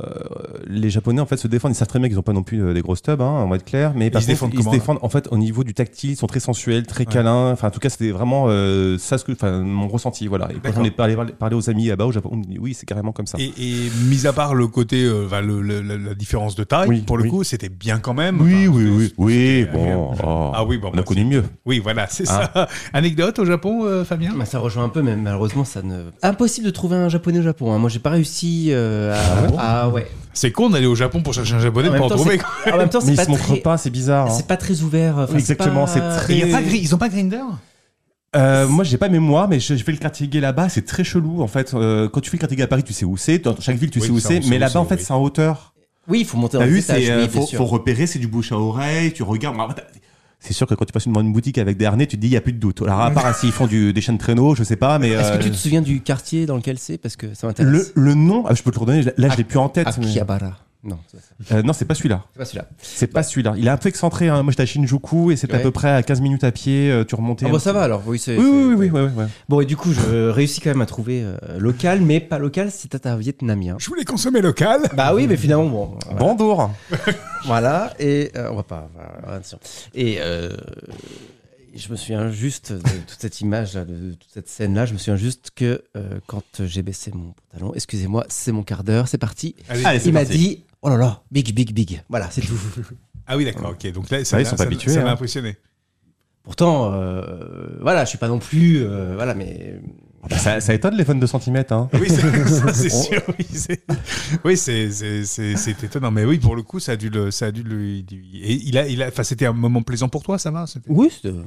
[SPEAKER 5] les Japonais, en fait, se défendent. Ils savent très bien qu'ils ont pas non plus euh, des grosses tubs, hein, on va être clair. Mais par
[SPEAKER 1] se
[SPEAKER 5] contre,
[SPEAKER 1] défendent
[SPEAKER 5] ils
[SPEAKER 1] comment,
[SPEAKER 5] se défendent, en fait, au niveau du tactile, ils sont très sensuels, très câlins. Enfin, en tout cas, c'était vraiment euh, ça, ce que, enfin, mon ressenti, voilà. Et quand
[SPEAKER 1] D'accord.
[SPEAKER 5] on est parlé, parlé- parlé aux amis là-bas au Japon, on me dit, oui, c'est carrément comme ça.
[SPEAKER 1] Et, et mis à part le côté, euh, enfin, le- le- la, la différence de taille,
[SPEAKER 5] Oui,
[SPEAKER 1] pour le
[SPEAKER 5] oui.
[SPEAKER 1] coup, c'était bien quand même.
[SPEAKER 5] oui,
[SPEAKER 1] Enfin,
[SPEAKER 5] oui,
[SPEAKER 1] c'est-
[SPEAKER 5] oui, oui,
[SPEAKER 1] c'est-
[SPEAKER 5] bon, oh,
[SPEAKER 1] Ah oui, bon,
[SPEAKER 5] on a
[SPEAKER 1] bah,
[SPEAKER 5] connu Ah. mieux.
[SPEAKER 1] Oui, voilà, c'est ça. Anecdote au Japon, euh, Fabien
[SPEAKER 4] Bah, ça rejoint un peu, mais malheureusement, ça ne. Impossible de trouver un japonais au Japon. hein. Moi, j'ai pas réussi euh, à. Ah ouais.
[SPEAKER 1] C'est con d'aller au Japon pour chercher un japonais
[SPEAKER 4] En
[SPEAKER 1] pour
[SPEAKER 4] même
[SPEAKER 1] en
[SPEAKER 4] temps,
[SPEAKER 1] trouver.
[SPEAKER 4] En même temps,
[SPEAKER 5] Mais
[SPEAKER 4] c'est
[SPEAKER 5] ils
[SPEAKER 4] pas,
[SPEAKER 5] se montrent
[SPEAKER 4] très...
[SPEAKER 5] pas, c'est bizarre. hein.
[SPEAKER 4] c'est pas très ouvert. enfin,
[SPEAKER 5] Exactement,
[SPEAKER 4] pas-
[SPEAKER 5] c'est très-
[SPEAKER 1] Y a pas Gri- ils ont pas Grinder
[SPEAKER 5] Euh, moi, j'ai pas mémoire, mais je- j'ai fait le quartier gay là-bas, c'est très chelou. En fait, Euh, quand tu fais le quartier gay à Paris, tu sais où c'est. Dans chaque ville, tu
[SPEAKER 1] Oui,
[SPEAKER 5] sais où
[SPEAKER 1] ça, on
[SPEAKER 5] c'est.
[SPEAKER 1] sait
[SPEAKER 5] Mais
[SPEAKER 1] où c'est,
[SPEAKER 5] là-bas, en fait,
[SPEAKER 1] oui.
[SPEAKER 5] c'est en hauteur.
[SPEAKER 4] Oui, il faut monter dans
[SPEAKER 5] T'as
[SPEAKER 4] les
[SPEAKER 5] vu,
[SPEAKER 4] étages.
[SPEAKER 5] c'est
[SPEAKER 4] oui,
[SPEAKER 5] euh,
[SPEAKER 4] bien
[SPEAKER 5] faut,
[SPEAKER 4] sûr.
[SPEAKER 5] faut repérer, c'est du bouche à oreille. Tu regardes. c'est sûr que quand tu passes devant une boutique avec des harnais, tu te dis, il n'y a plus de doute. Alors, à part s'ils font du, des chaînes traîneaux, je sais pas, mais.
[SPEAKER 4] Est-ce
[SPEAKER 5] euh,
[SPEAKER 4] que tu te souviens du quartier dans lequel c'est Parce que ça
[SPEAKER 5] le,
[SPEAKER 4] m'intéresse. Ah,
[SPEAKER 5] le nom, ah, je peux te le redonner, là, je l'ai plus en tête. mais-
[SPEAKER 4] Akihabara. Non, c'est pas ça.
[SPEAKER 5] Euh, non, c'est pas celui-là.
[SPEAKER 4] C'est pas celui-là.
[SPEAKER 5] C'est pas celui-là. Il est un peu excentré. hein. Moi, j'étais à Shinjuku et c'était à
[SPEAKER 4] Ouais.
[SPEAKER 5] peu près à 15 minutes à pied. euh, tu remontais.
[SPEAKER 4] Ah
[SPEAKER 5] un
[SPEAKER 4] bon,
[SPEAKER 5] petit-
[SPEAKER 4] ça va alors. Oui, c'est-
[SPEAKER 5] Oui,
[SPEAKER 4] c'est-
[SPEAKER 5] oui, oui, oui. ouais, ouais.
[SPEAKER 4] Bon, et du coup, je réussis quand même à trouver euh, local, mais pas local, c'était un vietnamien.
[SPEAKER 1] Je voulais consommer local.
[SPEAKER 4] Bah oui, mais finalement, bon. voilà.
[SPEAKER 5] Bandour.
[SPEAKER 4] Voilà, et euh, on va pas. voilà, attention. Et euh, je me souviens juste de toute cette image, de, de toute cette scène-là, je me souviens juste que euh, quand j'ai baissé mon pantalon, excusez-moi, c'est mon quart d'heure, c'est parti.
[SPEAKER 1] Allez.
[SPEAKER 5] Allez, Ah, c'est
[SPEAKER 4] Il m'a
[SPEAKER 5] parti.
[SPEAKER 4] dit, oh là là, big, big, big. Voilà, c'est tout.
[SPEAKER 1] Ah oui, d'accord, ok. Donc là, ça
[SPEAKER 5] Ouais, ils
[SPEAKER 1] m'a-
[SPEAKER 5] sont pas
[SPEAKER 1] ça-
[SPEAKER 5] habitués,
[SPEAKER 1] ça m'a
[SPEAKER 5] hein.
[SPEAKER 1] impressionné.
[SPEAKER 4] Pourtant, euh, voilà, je suis pas non plus. euh, voilà, mais.
[SPEAKER 5] Ah bah, ça, ça étonne les fans de centimètres. Hein.
[SPEAKER 1] Oui, c'est- ça, c'est sûr. Oui, c'est oui, c'est- c'est- c'est- c'est étonnant. Mais oui, pour le coup, ça a dû le. Ça a dû le et il a, il a, enfin, c'était un moment plaisant pour toi, ça va C'était-
[SPEAKER 4] Oui, c'est, euh,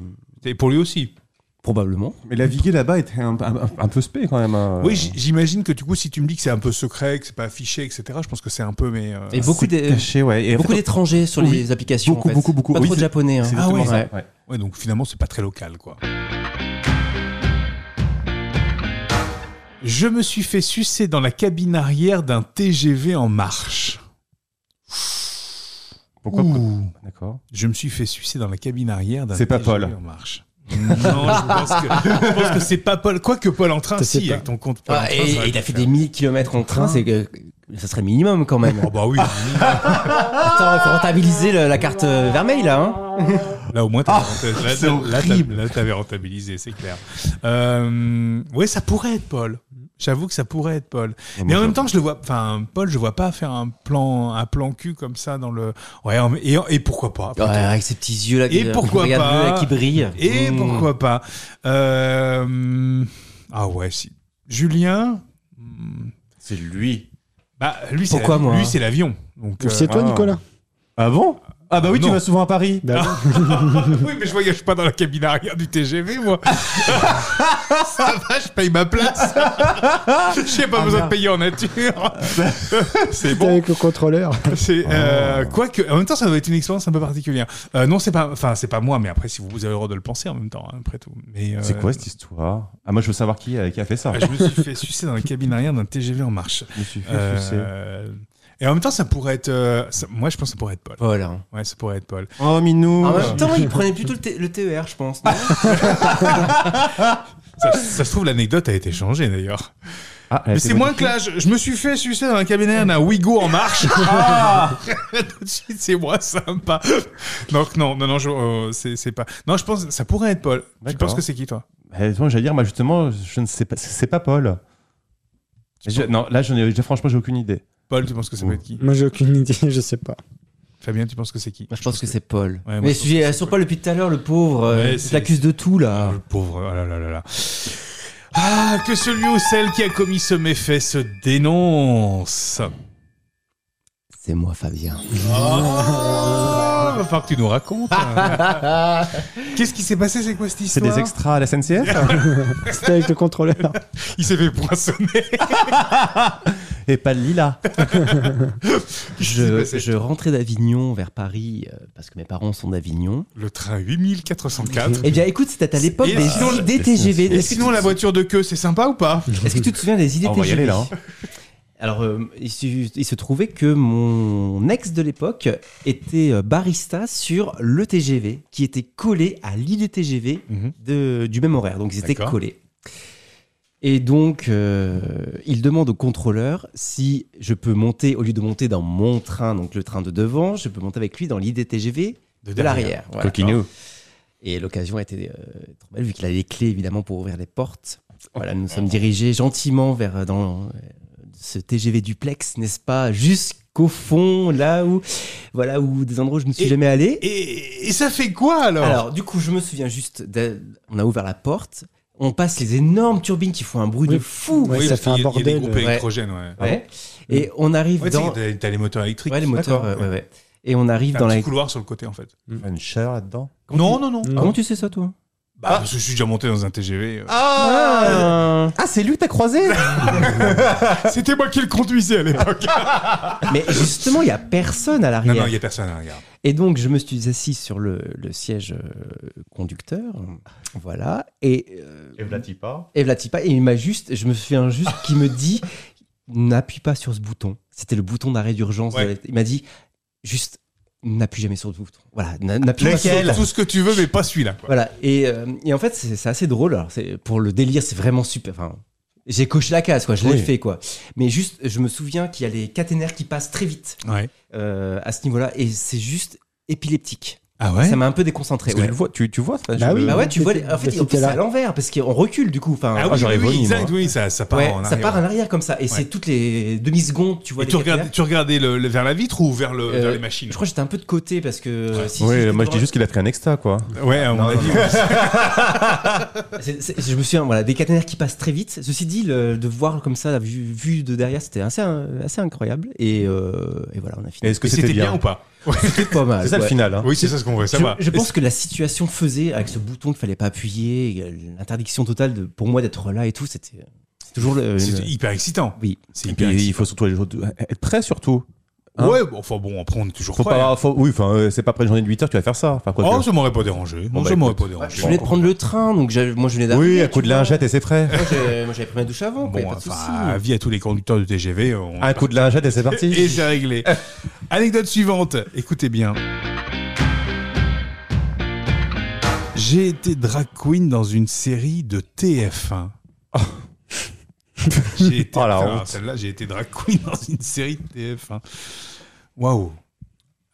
[SPEAKER 1] Et pour lui aussi.
[SPEAKER 4] probablement.
[SPEAKER 5] Mais naviguer là-bas était un, peu spé quand même.
[SPEAKER 4] Euh,
[SPEAKER 5] hein.
[SPEAKER 1] Oui, j- j'imagine que du coup, si tu me dis que c'est un peu secret, que c'est pas affiché, etc., je pense que c'est un peu. Mais, euh,
[SPEAKER 4] Et beaucoup des-
[SPEAKER 5] caché, ouais. Et en
[SPEAKER 4] Beaucoup
[SPEAKER 5] fait,
[SPEAKER 4] d'étrangers sur
[SPEAKER 5] oui,
[SPEAKER 4] les applications.
[SPEAKER 5] beaucoup,
[SPEAKER 4] en fait.
[SPEAKER 5] beaucoup, beaucoup.
[SPEAKER 4] Pas
[SPEAKER 5] Oui,
[SPEAKER 4] trop de
[SPEAKER 5] c'est-
[SPEAKER 4] japonais. hein.
[SPEAKER 5] c'est
[SPEAKER 1] Ah
[SPEAKER 5] exactement
[SPEAKER 1] ouais.
[SPEAKER 5] ça, ouais.
[SPEAKER 1] ouais, donc finalement, c'est pas très local, quoi. Je me suis fait sucer dans la cabine arrière d'un TGV en marche.
[SPEAKER 5] Pourquoi pas
[SPEAKER 1] Ouh.
[SPEAKER 5] D'accord.
[SPEAKER 1] Je me suis fait sucer dans la cabine arrière d'un
[SPEAKER 5] C'est pas
[SPEAKER 1] TGV
[SPEAKER 5] Paul.
[SPEAKER 1] en marche. Non, je pense que, je pense que c'est pas Paul. Quoique Paul en train,
[SPEAKER 2] Ça, c'est
[SPEAKER 1] si,
[SPEAKER 2] pas-
[SPEAKER 1] avec ton compte. Paul en
[SPEAKER 4] Ah,
[SPEAKER 1] train,
[SPEAKER 4] et,
[SPEAKER 1] ça va
[SPEAKER 4] et il a
[SPEAKER 1] te
[SPEAKER 4] fait
[SPEAKER 1] faire.
[SPEAKER 4] des 1000 km en train, c'est que ça serait minimum quand même.
[SPEAKER 1] Oh bah oui,
[SPEAKER 4] Attends, il faut rentabiliser le- la carte euh, vermeille là. Hein
[SPEAKER 1] là au moins t'avais renta- là,
[SPEAKER 5] c'est
[SPEAKER 1] là, là, t'as-
[SPEAKER 5] horrible.
[SPEAKER 1] là, t'avais rentabilisé, c'est clair. Euh, ouais, ça pourrait être Paul. J'avoue que ça pourrait être Paul. Mais en même temps, je le vois. Enfin, Paul, je vois pas faire un plan, un plan cul comme ça dans le. Ouais, en- et, et pourquoi pas
[SPEAKER 4] Ouais, avec ses petits yeux là.
[SPEAKER 1] Et
[SPEAKER 4] qui-
[SPEAKER 1] pourquoi
[SPEAKER 4] regarde
[SPEAKER 1] pas
[SPEAKER 4] bleu, là, qui Hmm. brille.
[SPEAKER 1] Et pourquoi pas Euh, Ah ouais, si. Julien. hmm,
[SPEAKER 5] c'est lui.
[SPEAKER 1] Bah, lui, c'est
[SPEAKER 4] Pourquoi
[SPEAKER 1] la-
[SPEAKER 4] moi
[SPEAKER 1] lui, c'est l'avion. Donc,
[SPEAKER 2] Donc,
[SPEAKER 1] euh,
[SPEAKER 2] C'est toi,
[SPEAKER 5] ah.
[SPEAKER 2] Nicolas
[SPEAKER 5] Ah bon Ah bah oui,
[SPEAKER 1] Non.
[SPEAKER 5] tu vas souvent à Paris.
[SPEAKER 2] Bah,
[SPEAKER 1] oui, mais je voyage pas dans la cabine arrière du TGV, moi. Ça va, je paye ma place. J'ai pas besoin de payer en nature. c'est
[SPEAKER 2] t'es
[SPEAKER 1] bon.
[SPEAKER 2] avec le contrôleur.
[SPEAKER 1] C'est euh, quoique. En même temps, ça doit être une expérience un peu particulière. Euh, non, c'est pas. Enfin, c'est pas moi, mais après, si vous, vous avez le droit de le penser en même temps, hein, après tout. Mais euh,
[SPEAKER 5] C'est quoi cette histoire Ah moi je veux savoir qui, euh, qui a fait ça.
[SPEAKER 1] euh, Je me suis fait sucer dans la cabine arrière d'un TGV en marche.
[SPEAKER 5] Je me suis fait sucer.
[SPEAKER 1] Euh, et en même temps, ça pourrait être. euh, ça- moi, je pense que ça pourrait être Paul.
[SPEAKER 4] Voilà. En
[SPEAKER 1] Ouais, ça pourrait être Paul.
[SPEAKER 5] Oh minou.
[SPEAKER 4] même temps, il prenait plutôt le, T- le TER, je pense. non
[SPEAKER 1] Ça, ça se trouve, l'anecdote a été changée d'ailleurs.
[SPEAKER 5] Ah, elle a
[SPEAKER 1] Mais
[SPEAKER 5] été
[SPEAKER 1] c'est moins que là, je, je me suis fait sucer dans un cabinet d'un Ouigo en marche. Ah Tout de suite, c'est moi, sympa. Donc, non, non, non, je- euh, c'est c'est pas. Non, je pense que ça pourrait être Paul. Tu
[SPEAKER 5] D'accord.
[SPEAKER 1] penses que c'est qui, toi
[SPEAKER 5] Eh, attends, j'allais dire, moi justement, je ne sais pas, c'est c'est pas Paul. Je- non, là, j'en ai, j'ai- franchement, j'ai aucune idée.
[SPEAKER 1] Paul, tu penses que ça peut être qui
[SPEAKER 2] Moi, j'ai aucune idée, je sais pas.
[SPEAKER 1] Fabien, tu penses Bah, que c'est qui
[SPEAKER 4] Moi, je pense que c'est Paul.
[SPEAKER 1] moi,
[SPEAKER 4] mais
[SPEAKER 1] je pense que
[SPEAKER 4] je assure pas depuis tout à l'heure, le pauvre. euh,
[SPEAKER 1] Ouais,
[SPEAKER 4] il
[SPEAKER 1] c'est-
[SPEAKER 4] t'accuse de tout là.
[SPEAKER 1] Le pauvre, oh là là là là. Ah, que celui ou celle qui a commis ce méfait se dénonce.
[SPEAKER 4] C'est moi, Fabien.
[SPEAKER 1] Ah, va falloir que tu nous racontes. hein. Qu'est-ce qui s'est passé C'est quoi cette
[SPEAKER 5] C'est
[SPEAKER 1] histoire
[SPEAKER 5] des extras à la SNCF
[SPEAKER 2] C'était avec le contrôleur.
[SPEAKER 1] Il s'est fait poinçonner.
[SPEAKER 5] Et pas le Lila.
[SPEAKER 4] Je,
[SPEAKER 1] passé
[SPEAKER 4] je rentrais d'Avignon vers Paris euh, parce que mes parents sont d'Avignon.
[SPEAKER 1] Le train 8404.
[SPEAKER 4] Eh bien, écoute, c'était à l'époque
[SPEAKER 1] Et
[SPEAKER 4] des
[SPEAKER 1] sinon-
[SPEAKER 4] idées TGV.
[SPEAKER 1] Et
[SPEAKER 4] Est-ce que
[SPEAKER 1] sinon,
[SPEAKER 4] tu-
[SPEAKER 1] la voiture de queue, c'est sympa ou pas
[SPEAKER 4] Est-ce que tu te souviens des idées
[SPEAKER 5] On va y
[SPEAKER 4] TGV
[SPEAKER 5] aller là. hein.
[SPEAKER 4] Alors, euh, il, su- il se trouvait que mon ex de l'époque était euh, barista sur le TGV, qui était collé à l'idée TGV
[SPEAKER 1] Mhm.
[SPEAKER 4] de- du même horaire. Donc, ils étaient
[SPEAKER 1] D'accord.
[SPEAKER 4] collés. Et donc, euh, il demande au contrôleur si je peux monter, au lieu de monter dans mon train, donc le train de devant, je peux monter avec lui dans l'idée TGV de l'arrière. Voilà.
[SPEAKER 5] Coquinou.
[SPEAKER 4] Et l'occasion a été euh, trop belle, vu qu'il a les clés évidemment pour ouvrir les portes. Voilà, nous nous sommes dirigés gentiment vers euh, dans, euh, ce TGV duplex, n'est-ce pas Jusqu'au fond, là où, voilà, où des endroits où je ne suis
[SPEAKER 1] Et-
[SPEAKER 4] jamais allé.
[SPEAKER 1] Et, et ça fait quoi alors,
[SPEAKER 4] Alors, du coup, je me souviens juste, d'un- on a ouvert la porte, on passe les énormes turbines qui font un bruit de
[SPEAKER 2] Oui.
[SPEAKER 4] fou.
[SPEAKER 2] Ouais, ça
[SPEAKER 1] parce
[SPEAKER 2] fait
[SPEAKER 1] qu'il y a-
[SPEAKER 2] un
[SPEAKER 1] Il y a
[SPEAKER 2] bordel.
[SPEAKER 1] des groupes
[SPEAKER 4] Ouais.
[SPEAKER 1] électrogènes, ouais.
[SPEAKER 4] Ouais. Et on arrive
[SPEAKER 1] Ouais, tu sais,
[SPEAKER 4] dans.
[SPEAKER 1] t'as- t'as les moteurs électriques.
[SPEAKER 4] Ouais, les moteurs, euh,
[SPEAKER 1] D'accord.
[SPEAKER 4] ouais, ouais, ouais. Et on arrive
[SPEAKER 1] T'as
[SPEAKER 4] dans
[SPEAKER 1] un
[SPEAKER 4] la.
[SPEAKER 1] petit couloir sur le côté, en fait.
[SPEAKER 5] Une chair là-dedans.
[SPEAKER 1] Non, non, non.
[SPEAKER 4] Comment tu sais ça, toi
[SPEAKER 1] Bah, parce que je suis déjà monté dans un TGV. euh.
[SPEAKER 4] Ah,
[SPEAKER 5] Ah, c'est lui que t'as croisé
[SPEAKER 1] C'était moi qui le conduisais à l'époque.
[SPEAKER 4] Mais justement, il y a personne à
[SPEAKER 1] non,
[SPEAKER 4] l'arrière.
[SPEAKER 1] non, il n'y a personne à l'arrière.
[SPEAKER 4] Et donc, je me suis assis sur le, le siège euh, conducteur. Voilà. Et, euh,
[SPEAKER 3] Et Vlatipa.
[SPEAKER 4] et voilà, Tipa, et il m'a juste, je me souviens juste qu'il me dit n'appuie pas sur ce bouton. C'était le bouton d'arrêt d'urgence. de
[SPEAKER 1] Ouais.
[SPEAKER 4] la- Il m'a dit juste n'appuie jamais sur ce bouton. Voilà, n'a- n'appuie pas sur ce
[SPEAKER 1] Sauf
[SPEAKER 4] bouton.
[SPEAKER 1] Tout ce que tu veux, mais pas celui-là. quoi.
[SPEAKER 4] Voilà. Et, euh, et en fait, c'est c'est assez drôle. Alors, c'est- pour le délire, c'est vraiment super. Enfin, j'ai coché la case, quoi. Je l'ai
[SPEAKER 5] Oui.
[SPEAKER 4] fait, quoi. Mais juste, je me souviens qu'il y a les caténaires qui passent très vite
[SPEAKER 1] Ouais.
[SPEAKER 4] euh, à ce niveau-là, et c'est juste épileptique.
[SPEAKER 1] Ah ouais
[SPEAKER 4] Ça m'a un peu déconcentré.
[SPEAKER 5] Parce que
[SPEAKER 4] ouais.
[SPEAKER 5] tu le vois, tu, tu vois ça
[SPEAKER 2] Bah
[SPEAKER 5] je-
[SPEAKER 2] oui.
[SPEAKER 4] Bah ouais, tu vois, les- en fait, en
[SPEAKER 2] Parce que t'es
[SPEAKER 4] plus, c'est
[SPEAKER 2] là.
[SPEAKER 4] à l'envers parce qu'on recule du coup. Enfin,
[SPEAKER 1] Ah oui,
[SPEAKER 5] j'aurais
[SPEAKER 1] oui,
[SPEAKER 5] vomi,
[SPEAKER 1] exact,
[SPEAKER 5] moi.
[SPEAKER 1] oui, ça, ça part
[SPEAKER 4] ouais,
[SPEAKER 1] en
[SPEAKER 4] ça
[SPEAKER 1] arrière.
[SPEAKER 4] part en arrière comme ça, et
[SPEAKER 1] Ouais.
[SPEAKER 4] c'est toutes les demi secondes, tu vois.
[SPEAKER 1] Et
[SPEAKER 4] les
[SPEAKER 1] tu, regardais,
[SPEAKER 4] caténaires.
[SPEAKER 1] tu regardais le- le- vers la vitre ou vers, le,
[SPEAKER 4] Euh,
[SPEAKER 1] vers les machines
[SPEAKER 4] Je crois que j'étais un peu de côté parce que. si, si,
[SPEAKER 5] Oui,
[SPEAKER 4] j'étais
[SPEAKER 5] moi je dis
[SPEAKER 4] devant-
[SPEAKER 5] juste qu'il a pris un extra, quoi.
[SPEAKER 1] Ouais, à mon
[SPEAKER 3] Non, non,
[SPEAKER 1] avis.
[SPEAKER 3] non.
[SPEAKER 1] ouais.
[SPEAKER 4] C'est- c'est- je me souviens, voilà, des caténaires qui passent très vite. Ceci dit, le- de voir comme ça, la vue, vue de derrière, c'était assez, assez incroyable. Et, euh, et voilà, on a
[SPEAKER 5] Et
[SPEAKER 4] fini.
[SPEAKER 5] Est-ce que
[SPEAKER 1] Et C'était bien ou pas
[SPEAKER 4] C'était pas mal.
[SPEAKER 5] C'est ça le
[SPEAKER 4] ouais.
[SPEAKER 5] final. hein.
[SPEAKER 1] Oui, c'est ça ce qu'on voit, ça
[SPEAKER 4] je,
[SPEAKER 1] va.
[SPEAKER 4] je pense que la situation faisait avec ce bouton qu'il fallait pas appuyer, et l'interdiction totale de, pour moi d'être là et tout, c'était c'est toujours le.
[SPEAKER 1] C'est
[SPEAKER 4] une-
[SPEAKER 1] hyper excitant.
[SPEAKER 4] Oui.
[SPEAKER 1] C'est
[SPEAKER 5] Et
[SPEAKER 1] hyper
[SPEAKER 5] puis il
[SPEAKER 1] excitant.
[SPEAKER 5] faut surtout être prêt, surtout. hein.
[SPEAKER 1] Ouais, bon, enfin bon, après on est toujours
[SPEAKER 5] Faut
[SPEAKER 1] prêt. hein.
[SPEAKER 5] pas avoir- faut- oui, enfin, euh, c'est pas après une journée de 8 heures que tu vas faire ça. Enfin, quoi
[SPEAKER 1] Oh,
[SPEAKER 5] que-
[SPEAKER 1] ça m'aurait pas dérangé. Non,
[SPEAKER 5] bah,
[SPEAKER 1] ça m'aurait
[SPEAKER 5] écoute.
[SPEAKER 1] pas dérangé.
[SPEAKER 4] Je venais de prendre le train, donc j'avais- moi je venais d'arriver.
[SPEAKER 5] oui, à
[SPEAKER 4] tu
[SPEAKER 5] coup de
[SPEAKER 4] vois.
[SPEAKER 5] lingette et c'est frais.
[SPEAKER 4] Moi j'ai- moi, j'avais pris ma douche avant, quoi, y a
[SPEAKER 1] Bon,
[SPEAKER 4] pas de
[SPEAKER 1] enfin,
[SPEAKER 4] souci.
[SPEAKER 1] avis à tous les conducteurs de TGV. on-
[SPEAKER 5] Un coup de lingette et c'est parti.
[SPEAKER 1] Et c'est réglé. Anecdote suivante, écoutez bien. J'ai été drag queen dans une série de TF1. j'ai été,
[SPEAKER 5] Oh, la
[SPEAKER 1] putain,
[SPEAKER 5] honte.
[SPEAKER 1] celle-là, j'ai été drag queen dans une série de TF1. Waouh.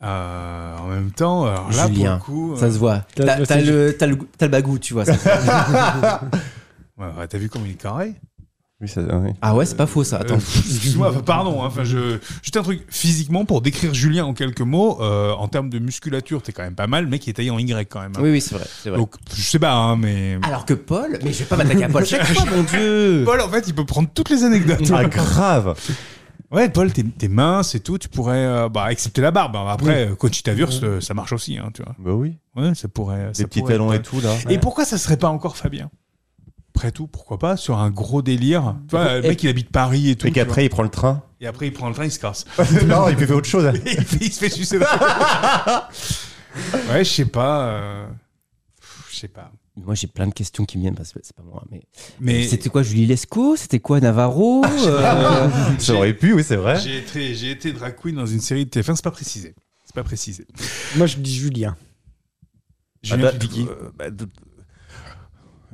[SPEAKER 1] Euh, en même temps, alors là,
[SPEAKER 4] Julien,
[SPEAKER 1] pour le coup,
[SPEAKER 4] Ça
[SPEAKER 1] euh,
[SPEAKER 4] se voit.
[SPEAKER 2] T'as-
[SPEAKER 4] T'as t'as
[SPEAKER 2] c'est-
[SPEAKER 4] le, t'as le, t'as le bagou, tu vois. ça se voit.
[SPEAKER 1] ouais, ouais, t'as vu comment il est carré
[SPEAKER 5] Oui, ça- oui.
[SPEAKER 4] Ah ouais, c'est pas faux ça. Attends.
[SPEAKER 1] Euh, Excuse-moi, enfin, pardon. hein, Enfin, je, juste un truc physiquement pour décrire Julien en quelques mots. euh, en termes de musculature, t'es quand même pas mal, mais qui est taillé en Y quand même. hein.
[SPEAKER 4] Oui, oui, c'est vrai. c'est vrai.
[SPEAKER 1] Donc, je sais pas, hein, mais.
[SPEAKER 4] Alors que Paul, mais je vais pas m'attaquer à Paul chaque fois, mon dieu.
[SPEAKER 1] Paul, en fait, il peut prendre toutes les anecdotes.
[SPEAKER 5] Ah, grave
[SPEAKER 1] Ouais, Paul, t'es t'es mince et tout, tu pourrais. euh, bah, excepté la barbe. hein. Après, euh, Conchita Wurst, euh, ça marche aussi, hein, tu vois.
[SPEAKER 5] Bah oui.
[SPEAKER 1] Ouais, ça pourrait.
[SPEAKER 5] Des petits talons et tout, là.
[SPEAKER 1] Et pourquoi ça serait pas encore Fabien Après tout, pourquoi pas Sur un gros délire. Tu vois, le mec, il habite Paris et tout.
[SPEAKER 5] Et
[SPEAKER 1] tu vois.
[SPEAKER 5] qu'après, il prend le train.
[SPEAKER 1] et après, il prend le train, il se casse.
[SPEAKER 5] non, il peut faire autre chose.
[SPEAKER 1] Et il, fait- il se fait sucer dans la gueule. Ouais, je sais pas. euh, Je sais pas.
[SPEAKER 4] Moi, j'ai plein de questions qui me viennent parce que c'est pas moi. Mais,
[SPEAKER 1] Mais Ah,
[SPEAKER 4] c'était quoi Julie Lescaut C'était quoi Navarro Euh,
[SPEAKER 5] Ça aurait pu, oui, c'est vrai.
[SPEAKER 1] j'ai été, j'ai été drag queen dans une série de TF1, c'est pas précisé. C'est pas précisé.
[SPEAKER 2] Moi, je dis Julien.
[SPEAKER 1] Julien,
[SPEAKER 5] Ah,
[SPEAKER 1] tu
[SPEAKER 5] bah,
[SPEAKER 1] dis qui
[SPEAKER 5] euh, bah, de-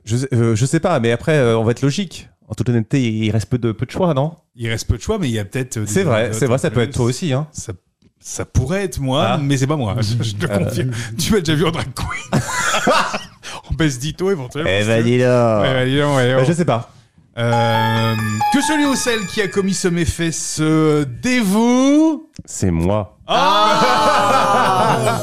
[SPEAKER 5] je, sais- euh, je sais pas, mais après, euh, on va être logique. En toute honnêteté, il reste peu de, peu de choix, non
[SPEAKER 1] Il reste peu de choix, mais il y a peut-être. euh, des
[SPEAKER 5] C'est vrai,
[SPEAKER 1] anecdotes
[SPEAKER 5] c'est vrai, ça peut
[SPEAKER 1] en
[SPEAKER 5] être toi
[SPEAKER 1] plus.
[SPEAKER 5] aussi. Hein.
[SPEAKER 1] Ça, ça pourrait être moi,
[SPEAKER 5] Ah. Euh.
[SPEAKER 1] mais c'est pas moi. Je, je te confirme. Tu m'as déjà vu en drag queen. en baisse d'ito éventuellement.
[SPEAKER 5] Eh
[SPEAKER 1] si tu veux.
[SPEAKER 5] là
[SPEAKER 1] Ouais, bah, dis donc, ouais, ouais.
[SPEAKER 5] Je sais pas.
[SPEAKER 1] Euh, que celui ou celle qui a commis ce méfait se dévoue.
[SPEAKER 5] C'est moi.
[SPEAKER 1] Ah.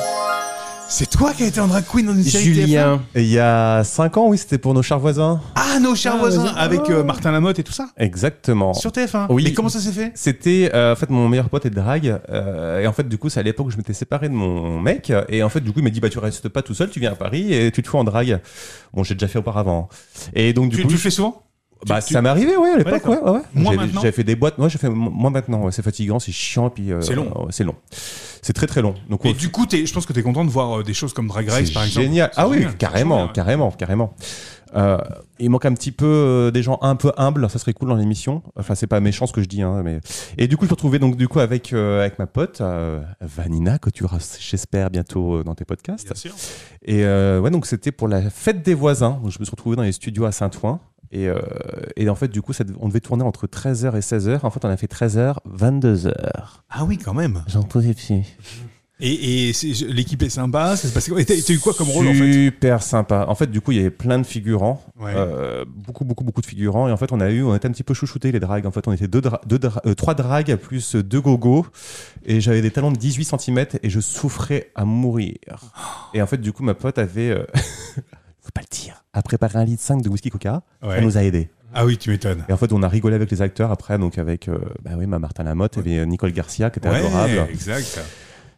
[SPEAKER 1] C'est toi qui as été en drag queen dans une série TF1
[SPEAKER 4] Julien.
[SPEAKER 5] Il y a 5 ans, oui, c'était pour nos chers voisins.
[SPEAKER 1] Ah, nos chers
[SPEAKER 5] Ah,
[SPEAKER 1] voisins,
[SPEAKER 5] vas-y.
[SPEAKER 1] avec euh, Martin Lamotte et tout ça
[SPEAKER 5] Exactement.
[SPEAKER 1] Sur TF1
[SPEAKER 5] Oh. Oui.
[SPEAKER 1] Mais comment ça s'est fait
[SPEAKER 5] C'était euh, en fait mon meilleur pote est drague euh, et en fait du coup c'est à l'époque où je m'étais séparé de mon mec et en fait du coup il m'a dit bah tu restes pas tout seul tu viens à Paris et tu te fous en drague bon j'ai déjà fait auparavant et donc du
[SPEAKER 1] tu,
[SPEAKER 5] coup
[SPEAKER 1] tu le fais souvent
[SPEAKER 5] bah
[SPEAKER 1] tu-
[SPEAKER 5] ça m'est arrivé ouais à l'époque
[SPEAKER 1] d'accord.
[SPEAKER 5] ouais, ouais, ouais.
[SPEAKER 1] Moins
[SPEAKER 5] J'avais-
[SPEAKER 1] maintenant
[SPEAKER 5] j'avais fait des boîtes moi j'ai fait mo- moins maintenant ouais, c'est fatigant c'est chiant puis euh,
[SPEAKER 1] C'est long.
[SPEAKER 5] ouais, c'est long c'est très très long donc
[SPEAKER 1] Et
[SPEAKER 5] on-
[SPEAKER 1] du coup, t'es- je pense que tu es content de voir euh, des choses comme Drag Race,
[SPEAKER 5] c'est
[SPEAKER 1] par exemple.
[SPEAKER 5] génial
[SPEAKER 1] C'est
[SPEAKER 5] ah oui
[SPEAKER 1] génial,
[SPEAKER 5] carrément
[SPEAKER 1] c'est génial.
[SPEAKER 5] carrément carrément Euh, il manque un petit peu euh, des gens un peu humbles, ça serait cool dans l'émission. Enfin, c'est pas méchant ce que je dis, hein, mais et du coup je me retrouvais donc du coup avec euh, avec ma pote euh, Vanina que tu auras j'espère bientôt euh, dans tes podcasts.
[SPEAKER 1] Bien sûr.
[SPEAKER 5] Et euh, ouais donc c'était pour la fête des voisins. Donc, je me suis retrouvé dans les studios à Saint-Ouen et, euh, et en fait du coup ça dev- on devait tourner entre 13h et 16h. En fait on a fait 13h 22h.
[SPEAKER 1] Ah oui, quand même.
[SPEAKER 5] J'en posais pied.
[SPEAKER 1] Et, et c'est- je- l'équipe est sympa. Ça se passe... Et t'as t'as eu quoi comme rôle en fait
[SPEAKER 5] Super sympa. En fait, du coup, il y avait plein de figurants,
[SPEAKER 1] Ouais.
[SPEAKER 5] Euh, beaucoup, beaucoup, beaucoup de figurants. Et en fait, on a eu, on était un petit peu chouchoutés les dragues. En fait, on était deux, dra- deux dra- euh, trois dragues plus euh, deux gogos. Et j'avais des talons de 18 cm et je souffrais à mourir. Et en fait, du coup, ma pote avait, euh, faut pas le dire, a préparé un litre 5 de whisky coca.
[SPEAKER 1] Ouais.
[SPEAKER 5] Elle nous a aidés.
[SPEAKER 1] Ah oui, tu m'étonnes.
[SPEAKER 5] Et en fait, on a rigolé avec les acteurs après, donc avec, euh, bah oui, ma Martin Lamotte, il y avait Nicole euh, Garcia qui était
[SPEAKER 1] Ouais,
[SPEAKER 5] adorable.
[SPEAKER 1] exact.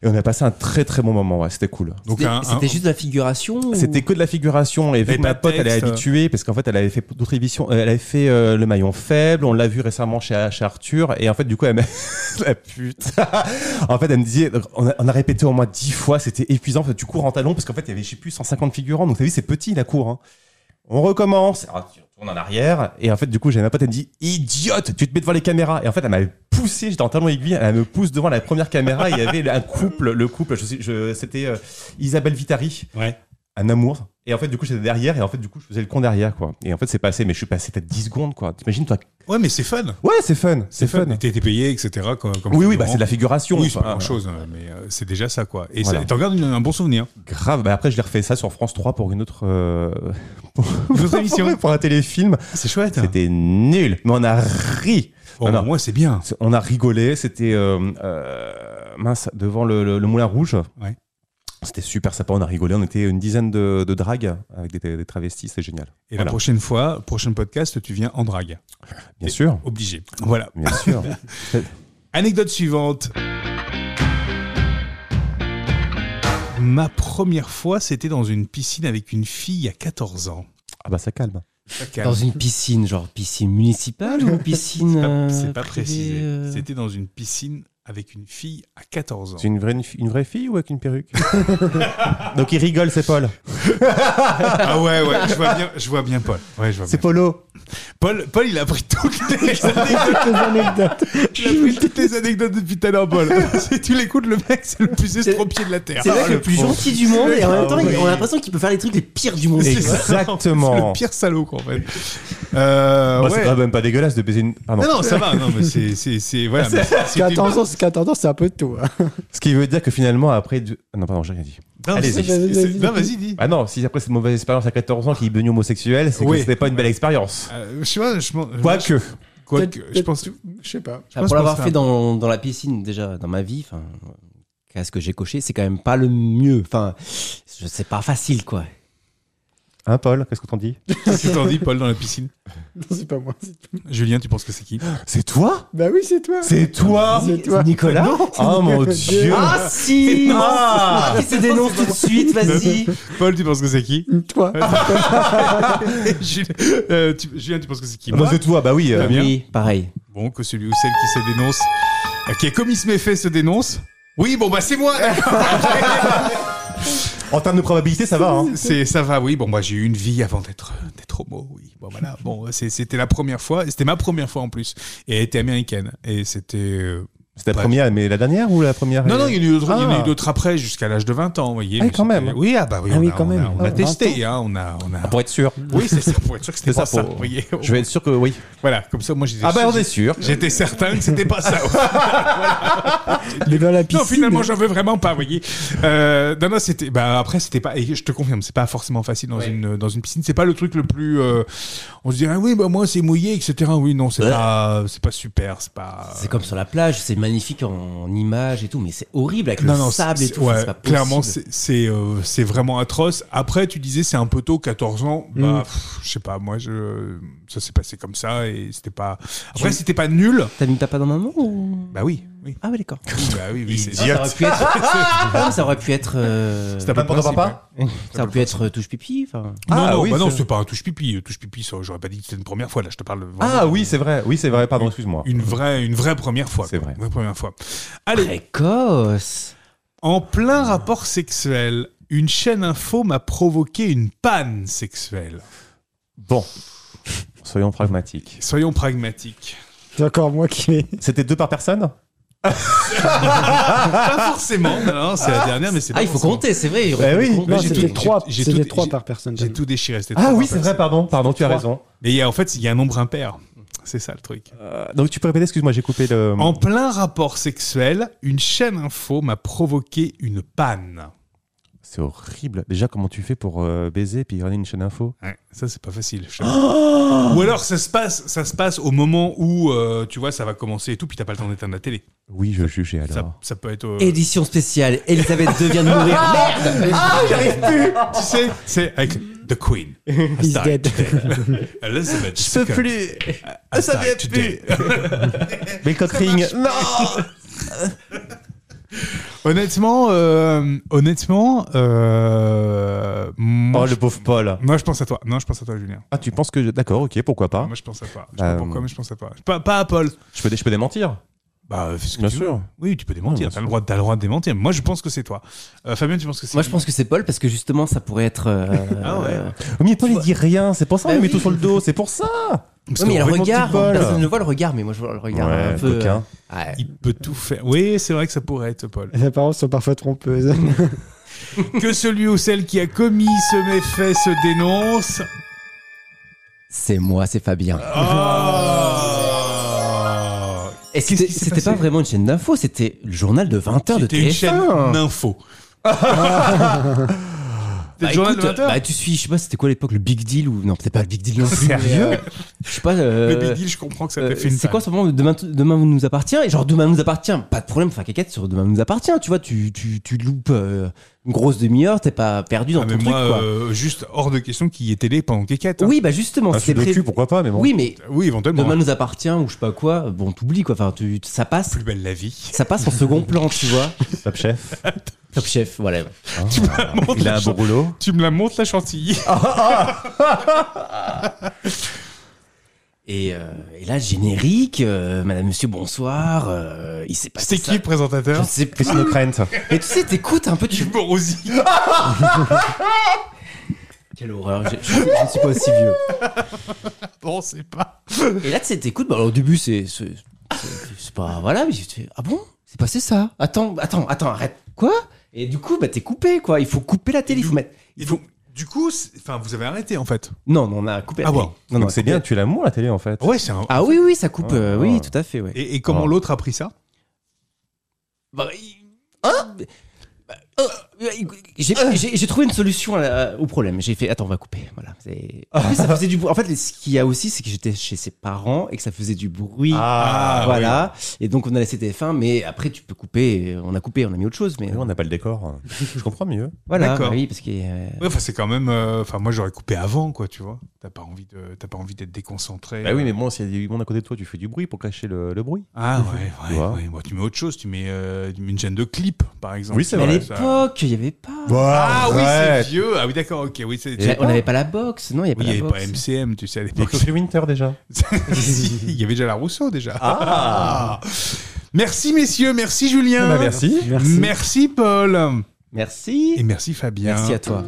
[SPEAKER 5] Et on a passé un très très bon moment, ouais, c'était cool.
[SPEAKER 1] Donc,
[SPEAKER 4] C'était
[SPEAKER 1] un- un-
[SPEAKER 4] c'était juste de la figuration ou-
[SPEAKER 5] C'était que de la figuration et vu
[SPEAKER 1] Et
[SPEAKER 5] que ma
[SPEAKER 1] pas de
[SPEAKER 5] pote elle est
[SPEAKER 1] texte.
[SPEAKER 5] habituée parce qu'en fait elle avait fait d'autres émissions, euh, elle avait fait euh, le maillon faible, on l'a vu récemment chez, chez Arthur et en fait du coup elle m'a la pute. en fait elle me disait on a, on a répété au moins 10 fois, c'était épuisant, En fait, tu cours en talons parce qu'en fait il y avait je sais plus 150 figurants donc t'as vu c'est petit la cour. hein. On recommence, Alors, tu retournes en arrière et en fait du coup j'avais ma pote elle me dit idiote tu te mets devant les caméras et en fait elle m'avait poussé j'étais en talons aiguille elle me pousse devant la première caméra et il y avait un couple le couple je, sais- je- c'était euh, Isabelle Vitari
[SPEAKER 1] Ouais.
[SPEAKER 5] un amour. Et en fait, du coup, j'étais derrière, et en fait, du coup, je faisais le con derrière, quoi. Et en fait, c'est passé, mais je suis passé peut-être 10 secondes, quoi. T'imagines, toi
[SPEAKER 1] Ouais, mais c'est fun.
[SPEAKER 5] Ouais, c'est fun, c'est fun.
[SPEAKER 1] T'es t'es payé, etc. Comme, comme
[SPEAKER 5] Oui, oui,
[SPEAKER 1] figurant.
[SPEAKER 5] bah, c'est de la figuration.
[SPEAKER 1] Oui, c'est pas
[SPEAKER 5] Enfin,
[SPEAKER 1] grand chose, mais euh, c'est déjà ça, quoi. Et
[SPEAKER 5] Voilà.
[SPEAKER 1] ça- t'en gardes une- un bon souvenir.
[SPEAKER 5] Grave, bah, après, je l'ai refait ça sur France 3 pour une autre. euh, pour-
[SPEAKER 1] autre émission.
[SPEAKER 5] Pour un téléfilm.
[SPEAKER 1] C'est chouette. hein.
[SPEAKER 5] C'était nul, mais on a ri.
[SPEAKER 1] Bon,
[SPEAKER 5] Non, non.
[SPEAKER 1] Moi, c'est bien.
[SPEAKER 5] C'est- On a rigolé, c'était euh, euh, mince devant le, le- le Moulin Rouge.
[SPEAKER 1] Ouais.
[SPEAKER 5] C'était super sympa, on a rigolé, on était une dizaine de, de dragues avec des, des travestis, c'est génial.
[SPEAKER 1] Et la
[SPEAKER 5] Voilà.
[SPEAKER 1] prochaine fois, prochain podcast, tu viens en drague.
[SPEAKER 5] Bien sûr,
[SPEAKER 1] Obligé. Voilà.
[SPEAKER 5] bien sûr.
[SPEAKER 1] Anecdote suivante. Ma première fois, c'était dans une piscine avec une fille à 14 ans.
[SPEAKER 5] ah bah ça calme.
[SPEAKER 4] Dans une piscine, genre piscine municipale ou piscine. euh,
[SPEAKER 1] C'est pas
[SPEAKER 4] privée,
[SPEAKER 1] précisé.
[SPEAKER 4] euh,
[SPEAKER 1] C'était dans une piscine avec une fille à 14 ans.
[SPEAKER 5] C'est une vraie, une vraie fille ou avec une perruque Donc il rigole, c'est Paul.
[SPEAKER 1] Ah ouais, ouais, je vois bien, je vois bien Paul. Ouais, je vois bien.
[SPEAKER 5] Polo.
[SPEAKER 1] Paul, Paul, il a pris toutes les anecdotes,
[SPEAKER 2] Toutes les anecdotes.
[SPEAKER 1] il a pris toutes les anecdotes depuis tout à l'heure, Paul. Si tu l'écoutes, le mec, c'est le plus estropié de la Terre.
[SPEAKER 4] C'est le mec
[SPEAKER 1] Ah,
[SPEAKER 4] le plus
[SPEAKER 1] pauvre.
[SPEAKER 4] gentil du monde et en même temps,
[SPEAKER 1] Ah
[SPEAKER 4] il- on
[SPEAKER 1] oui.
[SPEAKER 4] a l'impression qu'il peut faire les trucs les pires du monde.
[SPEAKER 1] C'est ça. C'est
[SPEAKER 5] Exactement.
[SPEAKER 1] le pire salaud, quoi, en fait. Euh,
[SPEAKER 5] Bah,
[SPEAKER 1] ouais.
[SPEAKER 5] C'est quand même pas dégueulasse de baiser une. Ah, Pardon.
[SPEAKER 1] Non, non, ça va, non, mais c'est. c'est- c'est- Voilà, mais c'était-
[SPEAKER 2] 14 ans, c'est 14 ans, c'est un peu tôt. hein.
[SPEAKER 5] Ce qui veut dire que finalement, après. du- Ah Non, pardon, j'ai rien dit.
[SPEAKER 1] Non,
[SPEAKER 5] Allez,
[SPEAKER 1] c'est-
[SPEAKER 2] vas-y,
[SPEAKER 1] c'est-
[SPEAKER 2] vas-y.
[SPEAKER 1] non, vas-y, dis.
[SPEAKER 5] Ah non, si après cette mauvaise expérience à 14 ans qui est devenue homosexuelle, c'est
[SPEAKER 1] Oui.
[SPEAKER 5] que c'était pas une belle expérience.
[SPEAKER 1] Euh, je sais pas, je pense.
[SPEAKER 5] Quoique.
[SPEAKER 1] Quoique,
[SPEAKER 2] Peut-être-
[SPEAKER 1] je pense.
[SPEAKER 2] Je sais pas.
[SPEAKER 1] pense
[SPEAKER 4] pour
[SPEAKER 1] que
[SPEAKER 4] l'avoir
[SPEAKER 1] c'est
[SPEAKER 4] fait
[SPEAKER 1] un-
[SPEAKER 4] dans, dans la piscine déjà dans ma vie, enfin, à ce que j'ai coché, c'est quand même pas le mieux. Enfin, je- c'est pas facile quoi.
[SPEAKER 5] Hein, Paul Qu'est-ce que t'en dis
[SPEAKER 1] Qu'est-ce que t'en dis, Paul, dans la piscine
[SPEAKER 2] Non, c'est pas moi. c'est-
[SPEAKER 1] Julien, tu penses que c'est qui
[SPEAKER 5] C'est toi
[SPEAKER 2] Bah oui, c'est toi.
[SPEAKER 5] C'est
[SPEAKER 1] Ah,
[SPEAKER 5] toi
[SPEAKER 2] C'est toi.
[SPEAKER 4] Nicolas
[SPEAKER 5] Oh mon
[SPEAKER 2] Dieu.
[SPEAKER 5] dieu
[SPEAKER 4] Ah si Ah, Qui se dénonce tout de suite, vas-y
[SPEAKER 1] Paul, tu penses que c'est qui
[SPEAKER 2] Toi.
[SPEAKER 1] Julien, euh, tu- Julien, tu penses que c'est qui
[SPEAKER 5] Bah,
[SPEAKER 1] Moi
[SPEAKER 5] C'est toi, bah oui. euh,
[SPEAKER 1] Bah, bien.
[SPEAKER 4] Oui, pareil.
[SPEAKER 1] Bon, que celui ou celle qui se dénonce, euh, qui a commis ce méfait se dénonce. Oui, bon, bah c'est moi
[SPEAKER 5] En termes de probabilité, ça va. Hein.
[SPEAKER 1] C'est ça va, oui. Bon, moi j'ai eu une vie avant d'être euh, d'être homo, oui. Bon voilà. Bon, c'est- c'était la première fois, c'était ma première fois en plus, et elle était américaine, et c'était. euh,
[SPEAKER 5] C'était la
[SPEAKER 1] Ouais.
[SPEAKER 5] première, mais la dernière ou la première
[SPEAKER 1] Non, non, il y en a eu d'autres, il y en a eu
[SPEAKER 5] Ah.
[SPEAKER 1] d'autres après, jusqu'à l'âge de 20 ans, vous voyez.
[SPEAKER 5] Ah,
[SPEAKER 1] mais
[SPEAKER 5] quand
[SPEAKER 1] c'était-
[SPEAKER 5] même.
[SPEAKER 1] Oui, ah bah oui.
[SPEAKER 2] Ah
[SPEAKER 1] on
[SPEAKER 2] oui,
[SPEAKER 1] a-
[SPEAKER 2] quand
[SPEAKER 1] on a-
[SPEAKER 2] même.
[SPEAKER 1] On a
[SPEAKER 2] Ah, 20
[SPEAKER 1] testé, hein, on a, on a.
[SPEAKER 5] Pour être sûr.
[SPEAKER 1] Oui, c'est ça. Pour être sûr que c'était
[SPEAKER 5] C'est
[SPEAKER 1] pas
[SPEAKER 5] ça,
[SPEAKER 1] ça.
[SPEAKER 5] pour-
[SPEAKER 1] vous voyez.
[SPEAKER 5] Je vais être sûr que oui.
[SPEAKER 1] Voilà, comme ça, moi j'étais.
[SPEAKER 5] Ah bah
[SPEAKER 1] sûr-
[SPEAKER 5] on est sûr.
[SPEAKER 1] J'étais certain que c'était pas ça.
[SPEAKER 2] Mais dans la
[SPEAKER 1] Non,
[SPEAKER 2] piscine.
[SPEAKER 1] finalement, j'en veux vraiment pas, vous voyez. Euh, non, non, c'était. Bah, après, c'était pas. Et je te confirme, c'est pas forcément facile dans, une, dans une piscine. C'est pas le truc le plus. euh, on se dirait, oui, bah, moi, c'est mouillé, etc. Oui, non, c'est
[SPEAKER 4] Ouais.
[SPEAKER 1] pas, c'est pas super. C'est pas.
[SPEAKER 4] C'est comme sur la plage, c'est magnifique en, en images et tout, mais c'est horrible avec le sable et
[SPEAKER 1] c'est-
[SPEAKER 4] tout.
[SPEAKER 1] ouais,
[SPEAKER 4] c'est pas possible.
[SPEAKER 1] clairement, c'est c'est, euh, c'est vraiment atroce. Après, tu disais, c'est un peu tôt, 14 ans. Bah,
[SPEAKER 2] Mm.
[SPEAKER 1] pff, je sais pas, moi, je, ça s'est passé comme ça et c'était pas. Après, c'était pas nul.
[SPEAKER 4] T'as mis ta pas dans ma main ou
[SPEAKER 1] Bah oui, oui.
[SPEAKER 4] Ah ouais d'accord.
[SPEAKER 1] Oui, bah oui, oui, c'est
[SPEAKER 4] Ah, ça aurait pu être. Ah, ça aurait pu être. euh,
[SPEAKER 1] T'as pas de principe, hein.
[SPEAKER 4] Ça aurait pu être euh, touche pipi. Enfin.
[SPEAKER 5] Ah,
[SPEAKER 1] non, non,
[SPEAKER 5] oui,
[SPEAKER 1] bah non,
[SPEAKER 5] c'est-
[SPEAKER 1] c'est pas un touche-pipi. Touche-pipi, ça, j'aurais pas dit que c'était une première fois. Là, je te parle vraiment
[SPEAKER 5] Ah oui, c'est vrai. Oui, c'est vrai. Pardon, excuse-moi.
[SPEAKER 1] une vraie, une vraie première fois.
[SPEAKER 5] C'est
[SPEAKER 1] quoi.
[SPEAKER 5] vrai.
[SPEAKER 1] Une vraie première fois. Allez,
[SPEAKER 4] Précoce.
[SPEAKER 1] en plein rapport sexuel, une chaîne info m'a provoqué une panne sexuelle.
[SPEAKER 5] Bon, soyons pragmatiques.
[SPEAKER 1] Soyons pragmatiques.
[SPEAKER 2] C'est encore moi qui l'ai.
[SPEAKER 5] C'était deux par personne Ah.
[SPEAKER 1] pas forcément. Non, non, c'est la dernière, mais c'est.
[SPEAKER 4] Ah
[SPEAKER 1] pas
[SPEAKER 4] il faut
[SPEAKER 1] forcément.
[SPEAKER 4] compter, c'est vrai. il
[SPEAKER 5] Eh oui.
[SPEAKER 4] faut compter.
[SPEAKER 1] Moi,
[SPEAKER 2] Non,
[SPEAKER 1] j'ai
[SPEAKER 2] c'était
[SPEAKER 1] tout-
[SPEAKER 2] trois.
[SPEAKER 1] j'ai- j'ai
[SPEAKER 2] C'était
[SPEAKER 1] tout-
[SPEAKER 2] trois
[SPEAKER 1] j'ai-
[SPEAKER 2] par personne.
[SPEAKER 1] J'ai tout déchiré. c'était
[SPEAKER 5] Ah
[SPEAKER 1] trop
[SPEAKER 5] oui,
[SPEAKER 1] sympa,
[SPEAKER 5] c'est vrai,
[SPEAKER 1] ça.
[SPEAKER 5] pardon. Pardon, tu as
[SPEAKER 2] Trois.
[SPEAKER 5] raison.
[SPEAKER 1] Mais il y a, en fait, il y a un nombre impair. C'est ça le truc.
[SPEAKER 5] Euh, donc tu peux répéter, excuse-moi, j'ai coupé le...
[SPEAKER 1] En plein rapport sexuel, une chaîne info m'a provoqué une panne.
[SPEAKER 5] C'est horrible. Déjà, comment tu fais pour euh, baiser puis regarder une chaîne info
[SPEAKER 1] Ouais, ça c'est pas facile. je sais pas.
[SPEAKER 5] Oh
[SPEAKER 1] Ou alors ça se passe, ça se passe au moment où euh, tu vois ça va commencer et tout, puis t'as pas le temps d'éteindre la télé.
[SPEAKER 5] Oui, je jugeais
[SPEAKER 1] Ça,
[SPEAKER 5] alors.
[SPEAKER 1] ça peut être. euh,
[SPEAKER 4] Édition spéciale. Elisabeth devient de mourir. Merde.
[SPEAKER 1] tu sais, c'est avec The Queen.
[SPEAKER 2] He's dead.
[SPEAKER 1] Elizabeth.
[SPEAKER 5] Je peux plus
[SPEAKER 4] Ah,
[SPEAKER 5] Ça vient plus Mais le cockring... Non
[SPEAKER 1] Honnêtement, euh, honnêtement, euh, moi,
[SPEAKER 5] Oh, le pauvre Paul.
[SPEAKER 1] je- moi, je pense à toi. Non, je pense à toi, Julien.
[SPEAKER 5] Ah, tu penses que. je- D'accord, ok, pourquoi pas
[SPEAKER 1] moi, je pense à toi. Je sais
[SPEAKER 5] Bah,
[SPEAKER 1] pas pourquoi,
[SPEAKER 5] euh,
[SPEAKER 1] mais je pense à toi. Pas, pas à Paul.
[SPEAKER 5] Je peux, dé- je peux démentir.
[SPEAKER 1] Bah, fais ce que
[SPEAKER 5] Bien
[SPEAKER 1] tu veux.
[SPEAKER 5] sûr.
[SPEAKER 1] Oui, tu peux
[SPEAKER 5] Ouais,
[SPEAKER 1] démentir.
[SPEAKER 5] bien
[SPEAKER 1] T'as
[SPEAKER 5] sûr.
[SPEAKER 1] le droit, t'as le droit de démentir. Moi, je pense que c'est toi. Euh, Fabien, tu penses que c'est
[SPEAKER 4] Moi, je pense que c'est Paul parce que justement, ça pourrait être. euh,
[SPEAKER 1] Ah ouais.
[SPEAKER 4] euh,
[SPEAKER 5] Oui, Mais Paul, il dit rien, c'est pour ça,
[SPEAKER 4] Bah
[SPEAKER 5] on lui met
[SPEAKER 4] oui.
[SPEAKER 5] tout sur le dos, c'est pour ça.
[SPEAKER 1] Parce
[SPEAKER 4] ouais, mais il y a
[SPEAKER 1] que
[SPEAKER 4] le
[SPEAKER 1] vraiment,
[SPEAKER 4] regard. hein.
[SPEAKER 1] petit Paul.
[SPEAKER 4] Personne ne voit le regard, mais moi, je vois le regard
[SPEAKER 5] Ouais,
[SPEAKER 4] un peu.
[SPEAKER 5] coquin.
[SPEAKER 4] euh, ouais.
[SPEAKER 1] Il peut tout faire. Oui, c'est vrai que ça pourrait être Paul.
[SPEAKER 2] Les paroles sont parfois trompeuses.
[SPEAKER 1] que celui ou celle qui a commis ce méfait se dénonce.
[SPEAKER 4] C'est moi, c'est Fabien.
[SPEAKER 1] Oh
[SPEAKER 4] Et
[SPEAKER 1] Qu'est-ce
[SPEAKER 4] c'était
[SPEAKER 1] qui s'est
[SPEAKER 4] c'était
[SPEAKER 1] passé
[SPEAKER 4] pas vraiment une chaîne d'info, c'était le journal de 20h de
[SPEAKER 1] C'était une
[SPEAKER 4] TF1.
[SPEAKER 1] chaîne d'info. C'était
[SPEAKER 4] Bah,
[SPEAKER 1] le journal
[SPEAKER 4] écoute,
[SPEAKER 1] de 20h.
[SPEAKER 4] bah, tu suis, je sais pas, c'était quoi à l'époque, le Big Deal ou non, peut-être pas le Big Deal non plus. mais,
[SPEAKER 1] Sérieux
[SPEAKER 4] euh, Je sais pas. euh,
[SPEAKER 1] Le Big Deal, je comprends que ça
[SPEAKER 4] euh,
[SPEAKER 1] t'a fait une
[SPEAKER 4] c'est quoi
[SPEAKER 1] paille.
[SPEAKER 4] ce moment où demain, demain vous nous appartient et genre demain nous appartient pas de problème faire quéquette sur demain nous appartient tu vois tu, tu, tu loupes euh, une grosse demi-heure t'es pas perdu dans
[SPEAKER 1] Ah,
[SPEAKER 4] ton
[SPEAKER 1] mais
[SPEAKER 4] truc
[SPEAKER 1] moi,
[SPEAKER 4] quoi
[SPEAKER 1] euh, juste hors de question qu'il y ait télé pendant Kékette. hein.
[SPEAKER 4] oui bah justement
[SPEAKER 5] Un
[SPEAKER 4] c'est
[SPEAKER 5] sudoku,
[SPEAKER 4] prévu
[SPEAKER 5] pourquoi pas, mais bon.
[SPEAKER 4] oui mais
[SPEAKER 1] Oui, éventuellement.
[SPEAKER 4] demain nous appartient ou je sais pas quoi bon t'oublies quoi enfin tu, ça passe
[SPEAKER 1] Plus belle la vie.
[SPEAKER 4] ça passe en second plan tu vois
[SPEAKER 5] Top chef.
[SPEAKER 4] top chef voilà
[SPEAKER 5] Il a un beau rouleau.
[SPEAKER 1] Tu me la montres, la chantilly.
[SPEAKER 4] Ah, Et, euh, et là, générique, euh, Madame, Monsieur, bonsoir. euh, il s'est passé
[SPEAKER 1] C'était qui hein le
[SPEAKER 4] ça. Je
[SPEAKER 1] présentateur
[SPEAKER 4] sais plus.
[SPEAKER 5] Christine O'Krent.
[SPEAKER 4] Mais tu sais, t'écoutes un peu, tu.
[SPEAKER 1] Yves Morosi.
[SPEAKER 4] Quelle horreur, je, je- je ne suis pas aussi vieux.
[SPEAKER 1] Bon, c'est pas.
[SPEAKER 4] Et là, tu sais, t'écoutes, bah, alors, au début, c'est. C'est c'est- c'est pas. Voilà, mais tu fais, Ah bon C'est passé ça Attends, attends, attends, arrête. Quoi Et du coup, bah, t'es coupé, quoi. Il faut couper la télé, il faut mettre.
[SPEAKER 1] Et donc, du coup, c'est- enfin, vous avez arrêté en fait.
[SPEAKER 4] Non, non, on a coupé la
[SPEAKER 1] Ah
[SPEAKER 4] télé.
[SPEAKER 1] bon.
[SPEAKER 4] Non, non,
[SPEAKER 5] Donc c'est
[SPEAKER 4] on a
[SPEAKER 5] bien,
[SPEAKER 4] coupé.
[SPEAKER 5] tu l'amour la télé en fait.
[SPEAKER 1] Ouais, c'est un. Oh.
[SPEAKER 4] Ah oui, oui, ça coupe,
[SPEAKER 5] Ah,
[SPEAKER 4] euh, oui,
[SPEAKER 5] ah.
[SPEAKER 4] tout à fait, ouais.
[SPEAKER 1] Et, et comment
[SPEAKER 5] Ah.
[SPEAKER 1] l'autre a pris ça
[SPEAKER 4] Bah, il- hein Bah, euh, j'ai j'ai- j'ai trouvé une solution à la- au problème. J'ai fait, attends, on va couper. Voilà. C'est- En fait, ça faisait du bruit. En fait, ce qu'il y a aussi, c'est que j'étais chez ses parents et que ça faisait du bruit.
[SPEAKER 5] Ah,
[SPEAKER 4] voilà. Et donc, on a laissé TF1, mais après, tu peux couper. On a coupé, on a mis autre chose. Mais
[SPEAKER 5] Mais on n'a pas le décor. Je comprends mieux.
[SPEAKER 4] voilà.
[SPEAKER 1] D'accord.
[SPEAKER 4] bah oui, parce que. euh,
[SPEAKER 1] Ouais, enfin, c'est quand même. euh, Enfin, moi, j'aurais coupé avant, quoi, tu vois. T'as pas envie de, t'as pas envie d'être déconcentré.
[SPEAKER 5] Bah oui, mais bon, s'il y a du monde à côté de toi, tu fais du bruit pour cacher le, le bruit.
[SPEAKER 1] Ah ouais,
[SPEAKER 5] Tu
[SPEAKER 1] ouais,
[SPEAKER 5] vois.
[SPEAKER 1] ouais. Bon, tu mets autre chose. Tu mets, euh, tu mets une chaîne de clips, par exemple.
[SPEAKER 5] Oui, c'est
[SPEAKER 4] mais à
[SPEAKER 5] vrai,
[SPEAKER 4] l'époque, il n'y avait pas.
[SPEAKER 1] Ah oui, c'est vieux. Ah oui, d'accord. Ok, oui, c'est.
[SPEAKER 4] On n'avait pas la box. Non, il n'y
[SPEAKER 1] Oui, il
[SPEAKER 4] avait
[SPEAKER 1] n'y avait
[SPEAKER 4] pas
[SPEAKER 1] pas
[SPEAKER 4] la box.
[SPEAKER 1] MCM, tu sais, à
[SPEAKER 5] Il y a
[SPEAKER 1] l'époque.
[SPEAKER 5] Coffee Winter déjà.
[SPEAKER 1] il y avait déjà la Rousseau, déjà. Ah Merci, messieurs. Merci, Julien.
[SPEAKER 5] Bah, merci.
[SPEAKER 1] Merci, Paul.
[SPEAKER 4] Merci.
[SPEAKER 1] Et merci, Fabien.
[SPEAKER 4] Merci à toi.